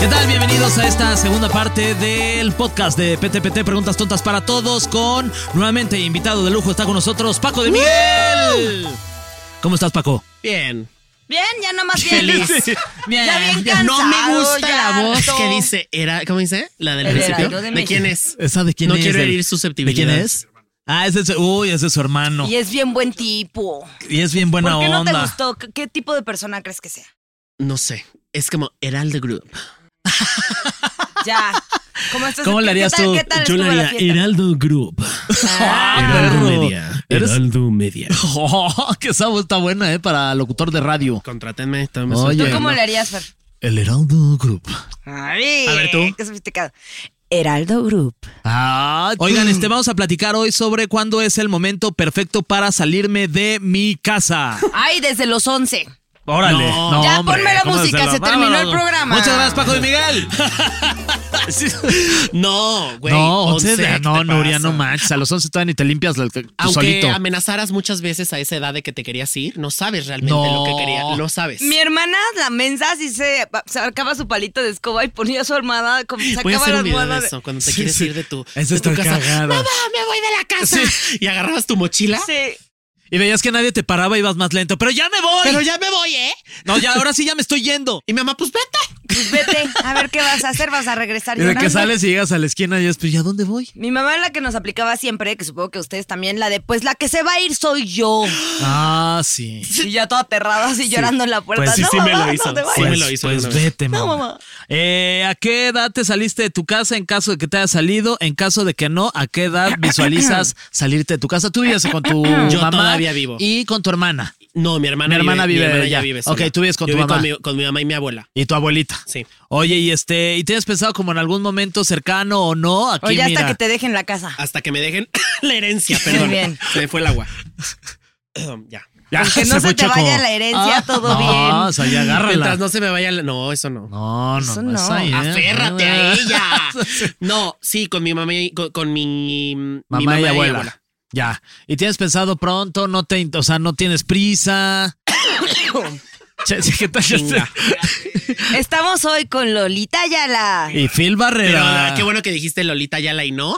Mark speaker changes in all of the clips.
Speaker 1: ¿Qué tal? Bienvenidos a esta segunda parte del podcast de PTPT Preguntas Tontas para Todos con nuevamente invitado de lujo está con nosotros Paco de Miguel. ¿Cómo estás Paco?
Speaker 2: Bien.
Speaker 3: Bien, ya nomás bien.
Speaker 1: Bien.
Speaker 3: Ya bien cansado.
Speaker 2: No me gusta
Speaker 3: ya
Speaker 2: la voz
Speaker 3: harto.
Speaker 2: que dice era, ¿cómo dice? La del
Speaker 3: El
Speaker 2: principio.
Speaker 3: Heraldo de
Speaker 2: ¿De
Speaker 3: México.
Speaker 2: quién es?
Speaker 1: ¿Esa de quién
Speaker 2: No
Speaker 1: es?
Speaker 2: quiero
Speaker 1: Del-
Speaker 2: herir
Speaker 1: ¿De quién
Speaker 2: susceptibilidad.
Speaker 1: es? Ah, ese es, uy, ese es su hermano.
Speaker 3: Y es bien buen tipo.
Speaker 1: Y es bien buena
Speaker 3: ¿Por qué no
Speaker 1: onda.
Speaker 3: te gustó? ¿Qué- ¿Qué tipo de persona crees que sea?
Speaker 2: No sé. Es como Heraldo Group.
Speaker 3: Ya. ¿Cómo, estás?
Speaker 1: ¿Cómo le
Speaker 3: ¿Qué
Speaker 1: harías
Speaker 3: tal-
Speaker 1: tú?
Speaker 3: ¿Qué tal
Speaker 2: Yo
Speaker 3: estuvo
Speaker 2: le
Speaker 3: la
Speaker 2: haría
Speaker 3: fiesta?
Speaker 2: Heraldo Group.
Speaker 3: Ah.
Speaker 2: Heraldo Media.
Speaker 1: Eres-
Speaker 2: Heraldo Media.
Speaker 1: Oh, que esa voz está buena, ¿eh? Para locutor de radio.
Speaker 2: Contrátenme. está- me
Speaker 1: Oye.
Speaker 2: suelto.
Speaker 3: ¿Tú cómo le harías, Fer?
Speaker 1: El Heraldo Group.
Speaker 3: Ay,
Speaker 2: A ver, tú.
Speaker 3: Qué sofisticado. Heraldo Group.
Speaker 1: Oigan, este, vamos a platicar hoy sobre cuándo es el momento perfecto para salirme de mi casa.
Speaker 3: Ay, desde los 11.
Speaker 1: Órale.
Speaker 2: No.
Speaker 3: Ya
Speaker 1: hombre,
Speaker 3: ponme la
Speaker 1: ¿cómo
Speaker 3: música,
Speaker 1: desde
Speaker 3: se terminó el
Speaker 1: Vámonos.
Speaker 3: programa.
Speaker 1: Muchas gracias, Paco de Miguel.
Speaker 2: No, güey.
Speaker 1: no,
Speaker 2: once,
Speaker 1: 11 de,
Speaker 2: ¿qué
Speaker 1: no,
Speaker 2: te
Speaker 1: Nuria, no
Speaker 2: pasa?
Speaker 1: manches. A los 11 todavía ni te limpias la- tú
Speaker 2: Aunque
Speaker 1: solito.
Speaker 2: amenazaras muchas veces a esa edad de que te querías ir, no sabes realmente
Speaker 1: No.
Speaker 2: lo que querías. No sabes.
Speaker 3: Mi hermana, la mensa, sí se, se sacaba su palito de escoba y ponía su armada, como
Speaker 2: Voy a
Speaker 3: sacaba
Speaker 2: hacer
Speaker 3: la
Speaker 2: un video
Speaker 3: almohada.
Speaker 2: de eso, cuando te
Speaker 1: Sí,
Speaker 2: quieres
Speaker 1: sí.
Speaker 2: ir de tu,
Speaker 1: Eso
Speaker 2: de tu
Speaker 1: está
Speaker 2: casa.
Speaker 1: cagado.
Speaker 2: Mamá, me voy de la casa. Y agarrabas tu mochila.
Speaker 3: de- Sí.
Speaker 1: Y veías que nadie te paraba, ibas más lento. Pero ya me voy.
Speaker 2: Pero ya me voy, ¿eh?
Speaker 1: No, ya, ahora sí ya me estoy yendo.
Speaker 2: Y mi mamá, pues vete.
Speaker 3: Pues vete, a ver qué vas a hacer, vas a regresar
Speaker 1: Y de que
Speaker 3: llorando.
Speaker 1: sales y llegas a la esquina y dices, pues, ¿y a dónde voy?
Speaker 3: Mi mamá la que nos aplicaba siempre, que supongo que ustedes también, la de pues la que se va a ir soy yo.
Speaker 1: Ah, sí.
Speaker 3: Y ya toda aterrada así llorando en la puerta.
Speaker 1: Pues sí,
Speaker 3: no,
Speaker 2: sí me
Speaker 3: mamá,
Speaker 2: lo hizo.
Speaker 3: no te
Speaker 2: Sí.
Speaker 3: vayas.
Speaker 2: me lo hizo
Speaker 1: Pues
Speaker 2: alguna vez.
Speaker 1: vete, mamá.
Speaker 3: No, mamá.
Speaker 1: Eh, ¿A qué edad te saliste de tu casa en caso de que te hayas salido? En caso de que no, ¿a qué edad visualizas salirte de tu casa? Tú vives con tu
Speaker 2: Yo
Speaker 1: mamá
Speaker 2: todavía vivo.
Speaker 1: y con tu hermana
Speaker 2: No, mi hermana
Speaker 1: Mi hermana vive
Speaker 2: mi hermana ya
Speaker 1: allá.
Speaker 2: vive.
Speaker 1: Ok, tú vives con
Speaker 2: Yo
Speaker 1: tu
Speaker 2: vivo
Speaker 1: mamá.
Speaker 2: Con mi, con mi mamá y mi abuela.
Speaker 1: y tu abuelita.
Speaker 2: Sí.
Speaker 1: Oye, y este, ¿y tienes pensado como en algún momento cercano o no? Aquí
Speaker 3: O ya
Speaker 1: mira.
Speaker 3: hasta que te dejen la casa.
Speaker 2: Hasta que me dejen la herencia, perdón.
Speaker 3: bien.
Speaker 2: Se me fue el agua. ya.
Speaker 1: Ya,
Speaker 3: Aunque no se
Speaker 1: fue
Speaker 3: te
Speaker 1: Choco. Ah,
Speaker 3: vaya la herencia, todo
Speaker 1: no,
Speaker 3: bien.
Speaker 1: o sea, ya agárrala.
Speaker 2: Mientras no se me vaya la- No, eso no.
Speaker 1: No, no,
Speaker 3: Eso
Speaker 1: no,
Speaker 3: no.
Speaker 1: esa idea.
Speaker 2: Aférrate a ella. No, sí, con mi mamá y con, con mi, mi
Speaker 1: Mamá, y, abuela. Ya. ¿Y tienes pensado pronto? No te, in- o sea, no tienes prisa. Che, sí, ¿qué tal?
Speaker 2: Chinga.
Speaker 3: Estamos hoy con Lolita Ayala.
Speaker 1: Y Phil
Speaker 2: Pero ah,
Speaker 1: Barrera.
Speaker 2: qué bueno que dijiste Lolita Yala y no.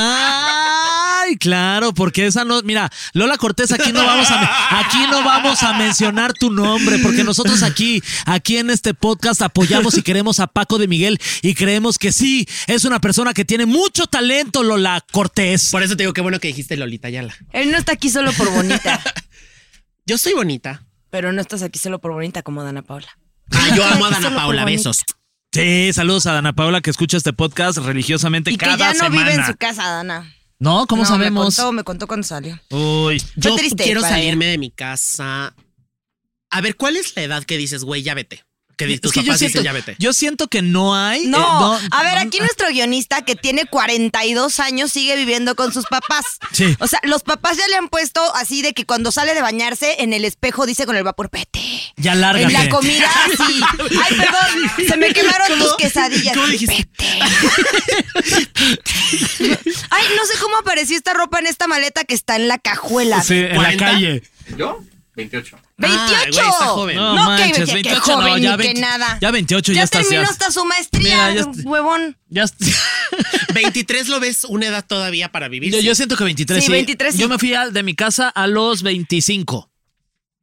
Speaker 1: Ay, claro, porque esa no, mira, Lola Cortés, aquí no vamos a aquí no vamos a mencionar tu nombre, porque nosotros aquí, aquí en este podcast apoyamos y queremos a Paco de Miguel y creemos que sí, es una persona que tiene mucho talento, Lola Cortés.
Speaker 2: Por eso te digo qué bueno que dijiste Lolita Yala.
Speaker 3: Él no está aquí solo por bonita,
Speaker 2: Yo soy bonita.
Speaker 3: pero no estás aquí solo por bonita como Dana Paula.
Speaker 2: Ah, yo amo a
Speaker 3: Ay,
Speaker 2: Dana
Speaker 3: solo por
Speaker 2: Paula,
Speaker 3: bonita.
Speaker 2: besos.
Speaker 1: Sí, saludos a Dana Paula que escucha este podcast religiosamente
Speaker 3: Y que
Speaker 1: cada
Speaker 3: ya no
Speaker 1: semana.
Speaker 3: vive en su casa, Dana.
Speaker 1: No, ¿cómo
Speaker 3: No,
Speaker 1: sabemos?
Speaker 3: Me contó, me contó cuando salió.
Speaker 1: Uy.
Speaker 2: Yo
Speaker 3: triste
Speaker 2: quiero
Speaker 3: para
Speaker 2: salirme de mi casa. A ver, ¿cuál es la edad que dices, güey, ya vete? Que di- tus
Speaker 1: Es que yo
Speaker 2: papás
Speaker 1: siento,
Speaker 2: dicen, ya vete.
Speaker 1: yo siento que no hay. eh,
Speaker 3: No, a ver,
Speaker 1: no-
Speaker 3: aquí nuestro guionista que tiene 42 años sigue viviendo con sus papás.
Speaker 1: Sí.
Speaker 3: O sea, los papás ya le han puesto así de que cuando sale de bañarse en el espejo dice con el vapor, vete.
Speaker 1: Ya lárgate.
Speaker 3: En la comida, así. Ay, perdón, se me quemaron tus quesadillas.
Speaker 2: ¿Cómo dijiste?
Speaker 3: Vete. Ay, no sé cómo apareció esta ropa en esta maleta que está en la cajuela.
Speaker 1: Sí, en la
Speaker 2: 40.
Speaker 1: calle.
Speaker 4: ¿Yo? 28.
Speaker 2: Ah, güey,
Speaker 3: 28.
Speaker 2: está joven.
Speaker 3: No,
Speaker 1: No
Speaker 3: que-
Speaker 1: manches,
Speaker 3: que,
Speaker 1: 28
Speaker 3: que
Speaker 1: no,
Speaker 3: joven
Speaker 1: ya
Speaker 3: ni
Speaker 1: 20
Speaker 3: que nada.
Speaker 1: ya 28 ya estás,
Speaker 3: terminó
Speaker 1: ya-
Speaker 3: hasta su maestría,
Speaker 1: Mira, ya est-
Speaker 3: huevón.
Speaker 1: Ya. est-
Speaker 2: 23 lo ves una edad todavía para vivir.
Speaker 1: Yo,
Speaker 2: sí.
Speaker 1: yo siento que 23.
Speaker 3: Sí, 23 sí.
Speaker 1: Yo me fui al- de mi casa a los 25.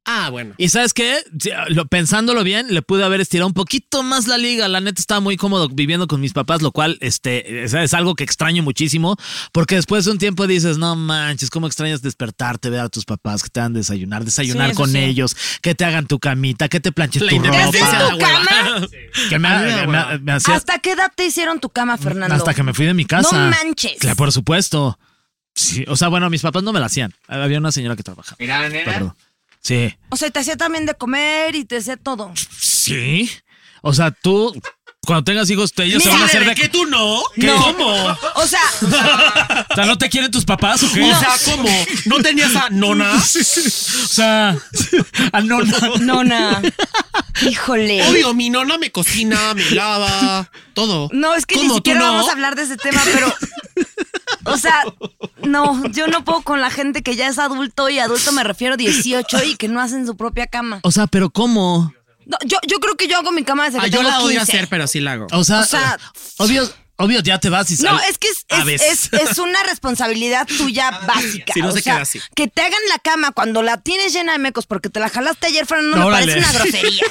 Speaker 2: Ah, bueno.
Speaker 1: Y sabes qué, Sí, ah, lo- pensándolo bien, le pude haber estirado un poquito más la liga. La neta estaba muy cómodo viviendo con mis papás, lo cual este, es, es algo que extraño muchísimo, porque después de un tiempo dices, no manches, cómo extrañas despertarte, ver a tus papás, que te hagan desayunar, desayunar
Speaker 3: Sí, eso
Speaker 1: con
Speaker 3: sí.
Speaker 1: ellos, que te hagan tu camita, que te planchen
Speaker 2: La
Speaker 1: tu
Speaker 3: ¿Te haces
Speaker 2: independencia
Speaker 1: ropa.
Speaker 2: de
Speaker 3: tu
Speaker 2: la hueva.
Speaker 3: cama?
Speaker 1: Que me,
Speaker 2: A mí me da
Speaker 1: me-
Speaker 2: hueva.
Speaker 1: me- me hacía-
Speaker 3: ¿Hasta qué edad te hicieron tu cama, Fernando?
Speaker 1: hasta que me fui de mi casa.
Speaker 3: No manches.
Speaker 1: Claro, por supuesto. Sí, o sea, bueno, mis papás no me la hacían. Había una señora que trabajaba.
Speaker 5: Mira, nena.
Speaker 1: Perdón. Sí.
Speaker 3: O sea, te hacía también de comer y te hacía todo.
Speaker 1: Sí. O sea, tú, cuando tengas hijos, te- ellos se van a
Speaker 2: Mira,
Speaker 1: hacer de.
Speaker 2: ¿de qué tú no?
Speaker 1: ¿Qué?
Speaker 3: No.
Speaker 1: ¿Cómo?
Speaker 3: O sea,
Speaker 1: O sea, ¿no te quieren tus papás o qué?
Speaker 2: O sea, ¿cómo? ¿No tenías a nona?
Speaker 1: O sea, ah, no, no.
Speaker 3: nona. Híjole.
Speaker 2: Obvio, mi nona me cocina, me lava, todo.
Speaker 3: No, es que ni
Speaker 2: ¿Cómo, tú
Speaker 3: siquiera
Speaker 2: no?
Speaker 3: vamos a hablar de ese tema, pero. O sea, no, yo no puedo con la gente que ya es adulto y adulto me refiero 18 y que no hacen su propia cama.
Speaker 1: O sea, pero ¿cómo?
Speaker 3: No, yo, yo creo que yo hago mi cama desde que
Speaker 2: Ah, yo
Speaker 3: tengo
Speaker 2: la odio
Speaker 3: 15.
Speaker 2: hacer, pero sí la hago.
Speaker 1: O sea,
Speaker 3: O sea,
Speaker 1: obvio, obvio, ya te vas y
Speaker 3: No,
Speaker 1: sal- Ah,
Speaker 3: es que es,
Speaker 1: a
Speaker 3: es,
Speaker 1: veces.
Speaker 3: es- es una responsabilidad tuya básica.
Speaker 2: Sí, no
Speaker 3: o
Speaker 2: se
Speaker 3: sea,
Speaker 2: queda así.
Speaker 3: Que te hagan la cama cuando la tienes llena de mecos porque te la jalaste ayer, Fran, no me
Speaker 1: Órale.
Speaker 3: parece una grosería.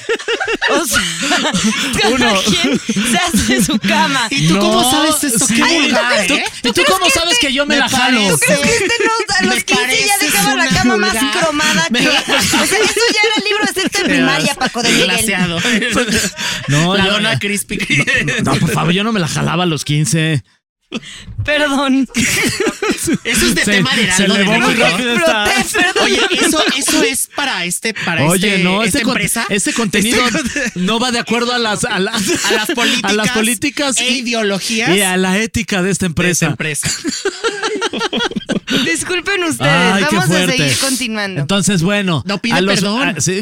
Speaker 3: O sea, cada
Speaker 1: Uno.
Speaker 3: quien se hace su cama.
Speaker 2: ¿Y tú cómo sabes esto? Qué
Speaker 1: Ay,
Speaker 2: vulgar,
Speaker 1: ¿tú-
Speaker 2: ¿eh?
Speaker 1: ¿Y tú cómo sabes que yo me,
Speaker 2: me
Speaker 1: la jalo?
Speaker 3: ¿Tú crees que este no, a
Speaker 2: Me
Speaker 3: los 15 ya
Speaker 2: pareces
Speaker 3: dejaba la
Speaker 2: una
Speaker 3: cama más
Speaker 2: vulgar.
Speaker 3: cromada que... O sea, eso ya era libro de sexto en primaria, Paco de Miguel.
Speaker 2: Glaseado.
Speaker 1: No,
Speaker 2: la
Speaker 1: yo-
Speaker 2: dona crispy.
Speaker 1: No, por favor, yo no me la jalaba a los 15.
Speaker 3: Perdón.
Speaker 2: Eso es de
Speaker 1: Se-
Speaker 2: tema de
Speaker 1: se
Speaker 2: Heraldo de
Speaker 1: elevó muy
Speaker 2: México.
Speaker 1: rápido esta.
Speaker 3: Exploté, perdón.
Speaker 2: Oye, eso, eso es para este, para
Speaker 1: Oye,
Speaker 2: este,
Speaker 1: no,
Speaker 2: esta
Speaker 1: este, con-
Speaker 2: empresa.
Speaker 1: este contenido
Speaker 2: Este con-
Speaker 1: no va de acuerdo a las, a las,
Speaker 2: a las políticas,
Speaker 1: a las políticas
Speaker 2: e ideologías
Speaker 1: y a la ética de esta
Speaker 2: de esta
Speaker 1: empresa.
Speaker 2: empresa.
Speaker 3: Disculpen ustedes,
Speaker 1: Ay, qué
Speaker 3: vamos a
Speaker 1: fuerte.
Speaker 3: seguir continuando.
Speaker 1: Entonces, bueno.
Speaker 2: No pide
Speaker 1: a
Speaker 2: perdón.
Speaker 1: a- sí.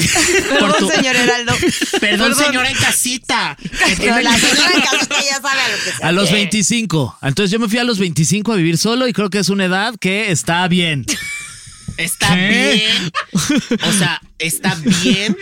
Speaker 3: Perdón,
Speaker 1: Por tu-
Speaker 3: señor Heraldo.
Speaker 2: Perdón, señora en casita. que
Speaker 3: Pero
Speaker 2: tiene
Speaker 3: la
Speaker 2: la-
Speaker 3: señora en casita ya sabe a lo que se
Speaker 1: A los
Speaker 3: refiere.
Speaker 1: 25. Entonces yo me fui a los 25 a vivir solo y creo que es una edad que está bien.
Speaker 2: Está
Speaker 1: ¿Qué?
Speaker 2: bien. O sea, está bien,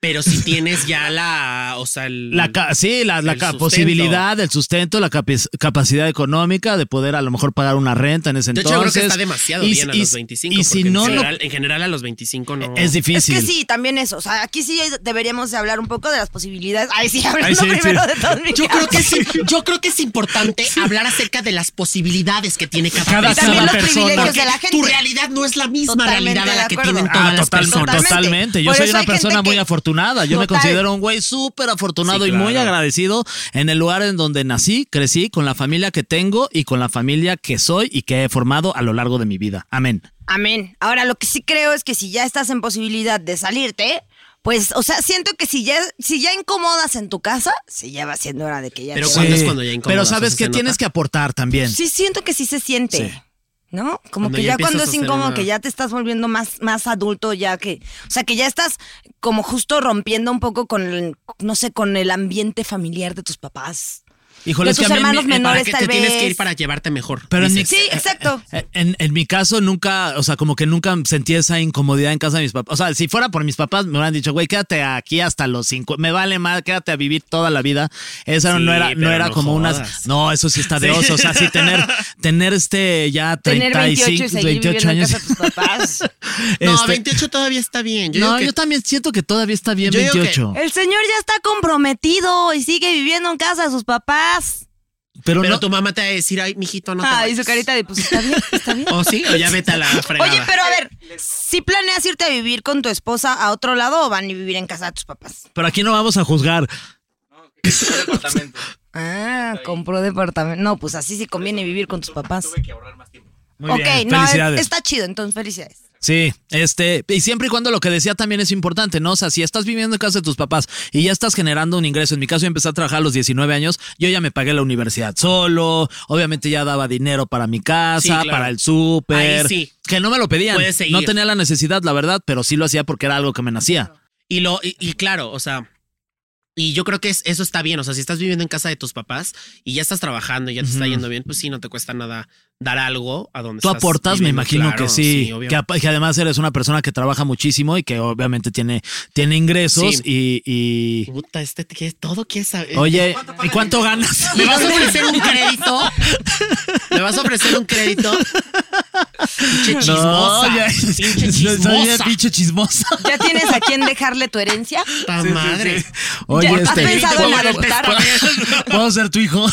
Speaker 2: pero si tienes ya la. O sea, el-
Speaker 1: La ca- sí, la, la
Speaker 2: El
Speaker 1: ca-
Speaker 2: sustento.
Speaker 1: posibilidad, el sustento, la capi- capacidad económica de poder a lo mejor pagar una renta en ese
Speaker 2: De hecho,
Speaker 1: entonces.
Speaker 2: yo creo que está demasiado
Speaker 1: Y-
Speaker 2: bien a
Speaker 1: y-
Speaker 2: los 25.
Speaker 1: Y si
Speaker 2: porque
Speaker 1: no,
Speaker 2: en
Speaker 1: no-
Speaker 2: general, en general a los 25 no.
Speaker 1: es
Speaker 3: Es
Speaker 1: difícil.
Speaker 3: que sí, también eso. O sea, aquí sí deberíamos de hablar un poco de las posibilidades. Ay, sí, hablando
Speaker 1: Ay, sí,
Speaker 3: primero
Speaker 1: sí.
Speaker 3: de todo mi
Speaker 2: Yo
Speaker 3: caso.
Speaker 2: creo, que es, yo creo que es importante hablar acerca de las posibilidades que tiene cada,
Speaker 1: Cada-
Speaker 3: Y también
Speaker 1: cada
Speaker 3: los
Speaker 1: persona.
Speaker 3: privilegios
Speaker 2: Porque
Speaker 3: de la gente.
Speaker 2: tu realidad no es la misma
Speaker 3: Totalmente
Speaker 2: realidad a la
Speaker 3: de
Speaker 2: que
Speaker 3: acuerdo.
Speaker 2: tienen todas
Speaker 1: Ah,
Speaker 2: las
Speaker 1: total-
Speaker 2: personas.
Speaker 3: Totalmente.
Speaker 1: totalmente. Yo
Speaker 3: Por
Speaker 1: soy
Speaker 3: eso
Speaker 1: una
Speaker 3: hay gente
Speaker 1: persona muy
Speaker 3: que-
Speaker 1: afortunada. Yo me
Speaker 3: Total.
Speaker 1: considero un güey súper afortunado
Speaker 2: Sí,
Speaker 1: y muy
Speaker 2: claro.
Speaker 1: agradecido en el lugar en donde nací, crecí, con la familia que tengo y con la familia que soy y que he formado a lo largo de mi vida. Amén.
Speaker 3: Amén. Ahora, lo que sí creo es que si ya estás en posibilidad de salirte, pues, o sea, siento que si ya, si ya incomodas en tu casa, se ya va siendo hora de que ya
Speaker 2: Pero
Speaker 3: te
Speaker 2: cuando- ¿Cuándo
Speaker 3: vayas.
Speaker 2: es cuando ya incomodas?
Speaker 1: Pero
Speaker 2: Eso
Speaker 1: sabes
Speaker 2: se
Speaker 1: que
Speaker 2: nota.
Speaker 1: tienes que aportar también.
Speaker 3: Sí, siento que sí se siente.
Speaker 1: Sí.
Speaker 3: ¿No? Como
Speaker 2: Cuando
Speaker 3: que
Speaker 2: ya
Speaker 3: ya cuando
Speaker 2: empiezas a
Speaker 3: es
Speaker 2: hacer
Speaker 3: incómodo,
Speaker 2: una-
Speaker 3: que ya te estás volviendo más, más adulto, ya que. O sea, que ya estás como justo rompiendo un poco con el, no sé, con el ambiente familiar de tus papás.
Speaker 1: Híjole,
Speaker 3: de
Speaker 1: es que
Speaker 3: tus
Speaker 1: a mí me-
Speaker 3: hermanos
Speaker 1: eh,
Speaker 2: ¿Para
Speaker 3: menores,
Speaker 2: qué
Speaker 3: tal
Speaker 2: te
Speaker 3: vez.
Speaker 2: tienes que ir para llevarte mejor?
Speaker 1: Pero en mi,
Speaker 2: Dices,
Speaker 3: Sí, exacto.
Speaker 1: eh, en, en mi caso nunca, o sea, como que nunca sentí esa incomodidad en casa de mis papás. O sea, si fuera por mis papás, me hubieran dicho, güey, quédate aquí hasta los cinco, me vale más, quédate a vivir toda la vida. Esa
Speaker 2: Sí,
Speaker 1: no era, no
Speaker 2: pero
Speaker 1: era
Speaker 2: no
Speaker 1: como unas.
Speaker 2: jodas.
Speaker 1: No, eso sí está de
Speaker 2: Sí.
Speaker 1: oso. O sea, sí tener, tener este ya
Speaker 3: Tener 28 y
Speaker 1: 35,
Speaker 3: seguir
Speaker 1: 28
Speaker 3: viviendo en
Speaker 1: años.
Speaker 3: casa de tus papás.
Speaker 2: No,
Speaker 1: Este,
Speaker 2: 28 todavía está bien. Yo
Speaker 1: no,
Speaker 2: digo que-
Speaker 1: yo también siento que todavía está bien
Speaker 2: Yo digo que-
Speaker 1: 28.
Speaker 3: El señor ya está comprometido y sigue viviendo en casa de sus papás.
Speaker 1: pero
Speaker 2: Pero
Speaker 1: no,
Speaker 2: tu mamá te va a decir, ay, mijito, no te
Speaker 3: Ah, y
Speaker 2: vayas".
Speaker 3: su carita de pues está bien, está bien.
Speaker 2: O
Speaker 1: Oh,
Speaker 2: sí, o ya vete a la fregada.
Speaker 3: Oye, pero a ver, si planeas irte a vivir con tu esposa a otro lado o van a vivir en casa de tus papás?
Speaker 1: pero aquí no vamos a juzgar.
Speaker 5: departamento.
Speaker 3: Ah, compró departamento. No, pues así sí conviene vivir con tus papás.
Speaker 5: Tuve que ahorrar más tiempo.
Speaker 1: Muy
Speaker 3: ok,
Speaker 1: bien,
Speaker 3: no,
Speaker 1: felicidades.
Speaker 3: está chido, entonces felicidades.
Speaker 1: Sí, este, y siempre y cuando lo que decía también es importante, ¿no? O sea, si estás viviendo en casa de tus papás y ya estás generando un ingreso, en mi caso yo empecé a trabajar a los 19 años, yo ya me pagué la universidad solo, obviamente ya daba dinero para mi casa,
Speaker 2: Sí, claro.
Speaker 1: para el súper,
Speaker 2: Ahí sí.
Speaker 1: que no me lo pedían,
Speaker 2: Puedes seguir.
Speaker 1: no tenía la necesidad, la verdad, pero sí lo hacía porque era algo que me nacía.
Speaker 2: Y lo, y, y claro, o sea. Y yo creo que es- eso está bien. O sea, si estás viviendo en casa de tus papás y ya estás trabajando y ya te está
Speaker 1: Ujú.
Speaker 2: yendo bien, pues sí, no te cuesta nada dar algo a donde
Speaker 1: Tú
Speaker 2: estás
Speaker 1: aportas, me
Speaker 2: viviendo,
Speaker 1: imagino
Speaker 2: claro,
Speaker 1: que sí,
Speaker 2: obvio.
Speaker 1: que, apa- que además eres una persona que trabaja muchísimo y que obviamente tiene, tiene ingresos
Speaker 2: Sí.
Speaker 1: y, y-
Speaker 2: Puta, este que todo quiere saber.
Speaker 1: Oye, ¿y cuánto ganas?
Speaker 2: ¿me vas a ofrecer un crédito? ¿Me vas a ofrecer un crédito? Pinche chismosa.
Speaker 1: ya-
Speaker 2: Pinche
Speaker 1: soy bien
Speaker 2: chismosa.
Speaker 1: pinche chismosa.
Speaker 3: ¿Ya tienes a quién dejarle tu herencia?
Speaker 2: Ta madre.
Speaker 1: Oye,
Speaker 3: ¿Ya has
Speaker 1: este,
Speaker 3: pensado en
Speaker 2: ¿puedo-
Speaker 3: adoptar?
Speaker 1: ¿puedo ser tu hijo?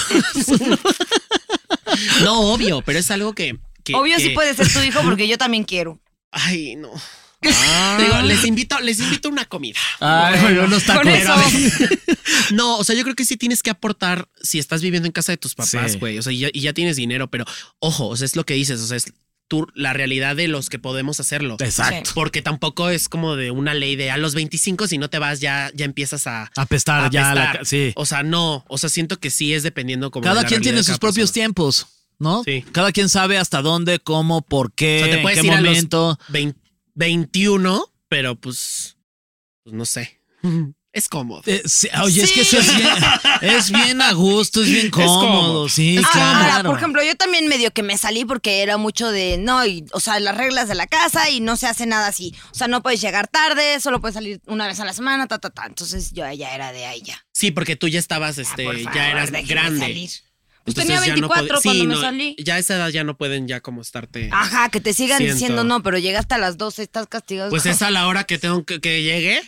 Speaker 2: No, obvio, pero es algo que. que-
Speaker 3: Obvio
Speaker 2: que-
Speaker 3: sí puede ser tu hijo porque yo también quiero.
Speaker 2: Ay, no. Digo,
Speaker 1: Ah.
Speaker 2: les invito, les invito a una comida.
Speaker 1: Ay, bueno, unos tacos.
Speaker 3: Con eso.
Speaker 2: No, o sea, yo creo que sí tienes que aportar si estás viviendo en casa de tus papás,
Speaker 1: Sí.
Speaker 2: güey. O sea, y ya, y ya tienes dinero, pero ojo, o sea, es lo que dices, o sea, es tú la realidad de los que podemos hacerlo.
Speaker 1: Exacto.
Speaker 2: Porque tampoco es como de una ley de a los 25 si no te vas ya ya empiezas a
Speaker 1: Apestar Ah, ya la-
Speaker 2: apestar.
Speaker 1: sí.
Speaker 2: O sea, no, o sea, siento que sí es dependiendo como de
Speaker 1: Cada
Speaker 2: Oh, la
Speaker 1: quien tiene
Speaker 2: realidad de
Speaker 1: sus
Speaker 2: cada
Speaker 1: propios
Speaker 2: persona.
Speaker 1: tiempos, ¿no?
Speaker 2: Sí.
Speaker 1: Cada quien sabe hasta dónde, cómo, por qué,
Speaker 2: O sea, te
Speaker 1: en
Speaker 2: puedes
Speaker 1: qué
Speaker 2: ir a
Speaker 1: momento.
Speaker 2: los 20 21, pero pues, pues no sé. Es cómodo.
Speaker 1: Eh, sí, oye, es que
Speaker 3: Sí.
Speaker 1: eso es bien, es bien a gusto, es bien cómodo.
Speaker 2: cómodo.
Speaker 1: Sí,
Speaker 2: Es
Speaker 3: Ah,
Speaker 1: claro.
Speaker 3: Ahora, por ejemplo, yo también medio que me salí porque era mucho de no, y, o sea, las reglas de la casa y no se hace nada así. O sea, no puedes llegar tarde, solo puedes salir una vez a la semana, ta, ta, ta. Entonces yo ya era de ahí ya.
Speaker 2: Sí, porque tú ya estabas, este,
Speaker 3: Ah, por
Speaker 2: ya
Speaker 3: favor,
Speaker 2: eras
Speaker 3: déjenme
Speaker 2: grande.
Speaker 3: salir. Pues
Speaker 2: Entonces
Speaker 3: tenía
Speaker 2: ya no
Speaker 3: 24
Speaker 2: pod- sí,
Speaker 3: cuando me
Speaker 2: no,
Speaker 3: salí. Ah,
Speaker 2: Ya a esa edad ya no pueden ya como estarte.
Speaker 3: Ajá, que te sigan
Speaker 2: Siento.
Speaker 3: diciendo no, pero llegaste a las 12, estás castigado.
Speaker 2: Pues es a la hora que tengo que, que llegue.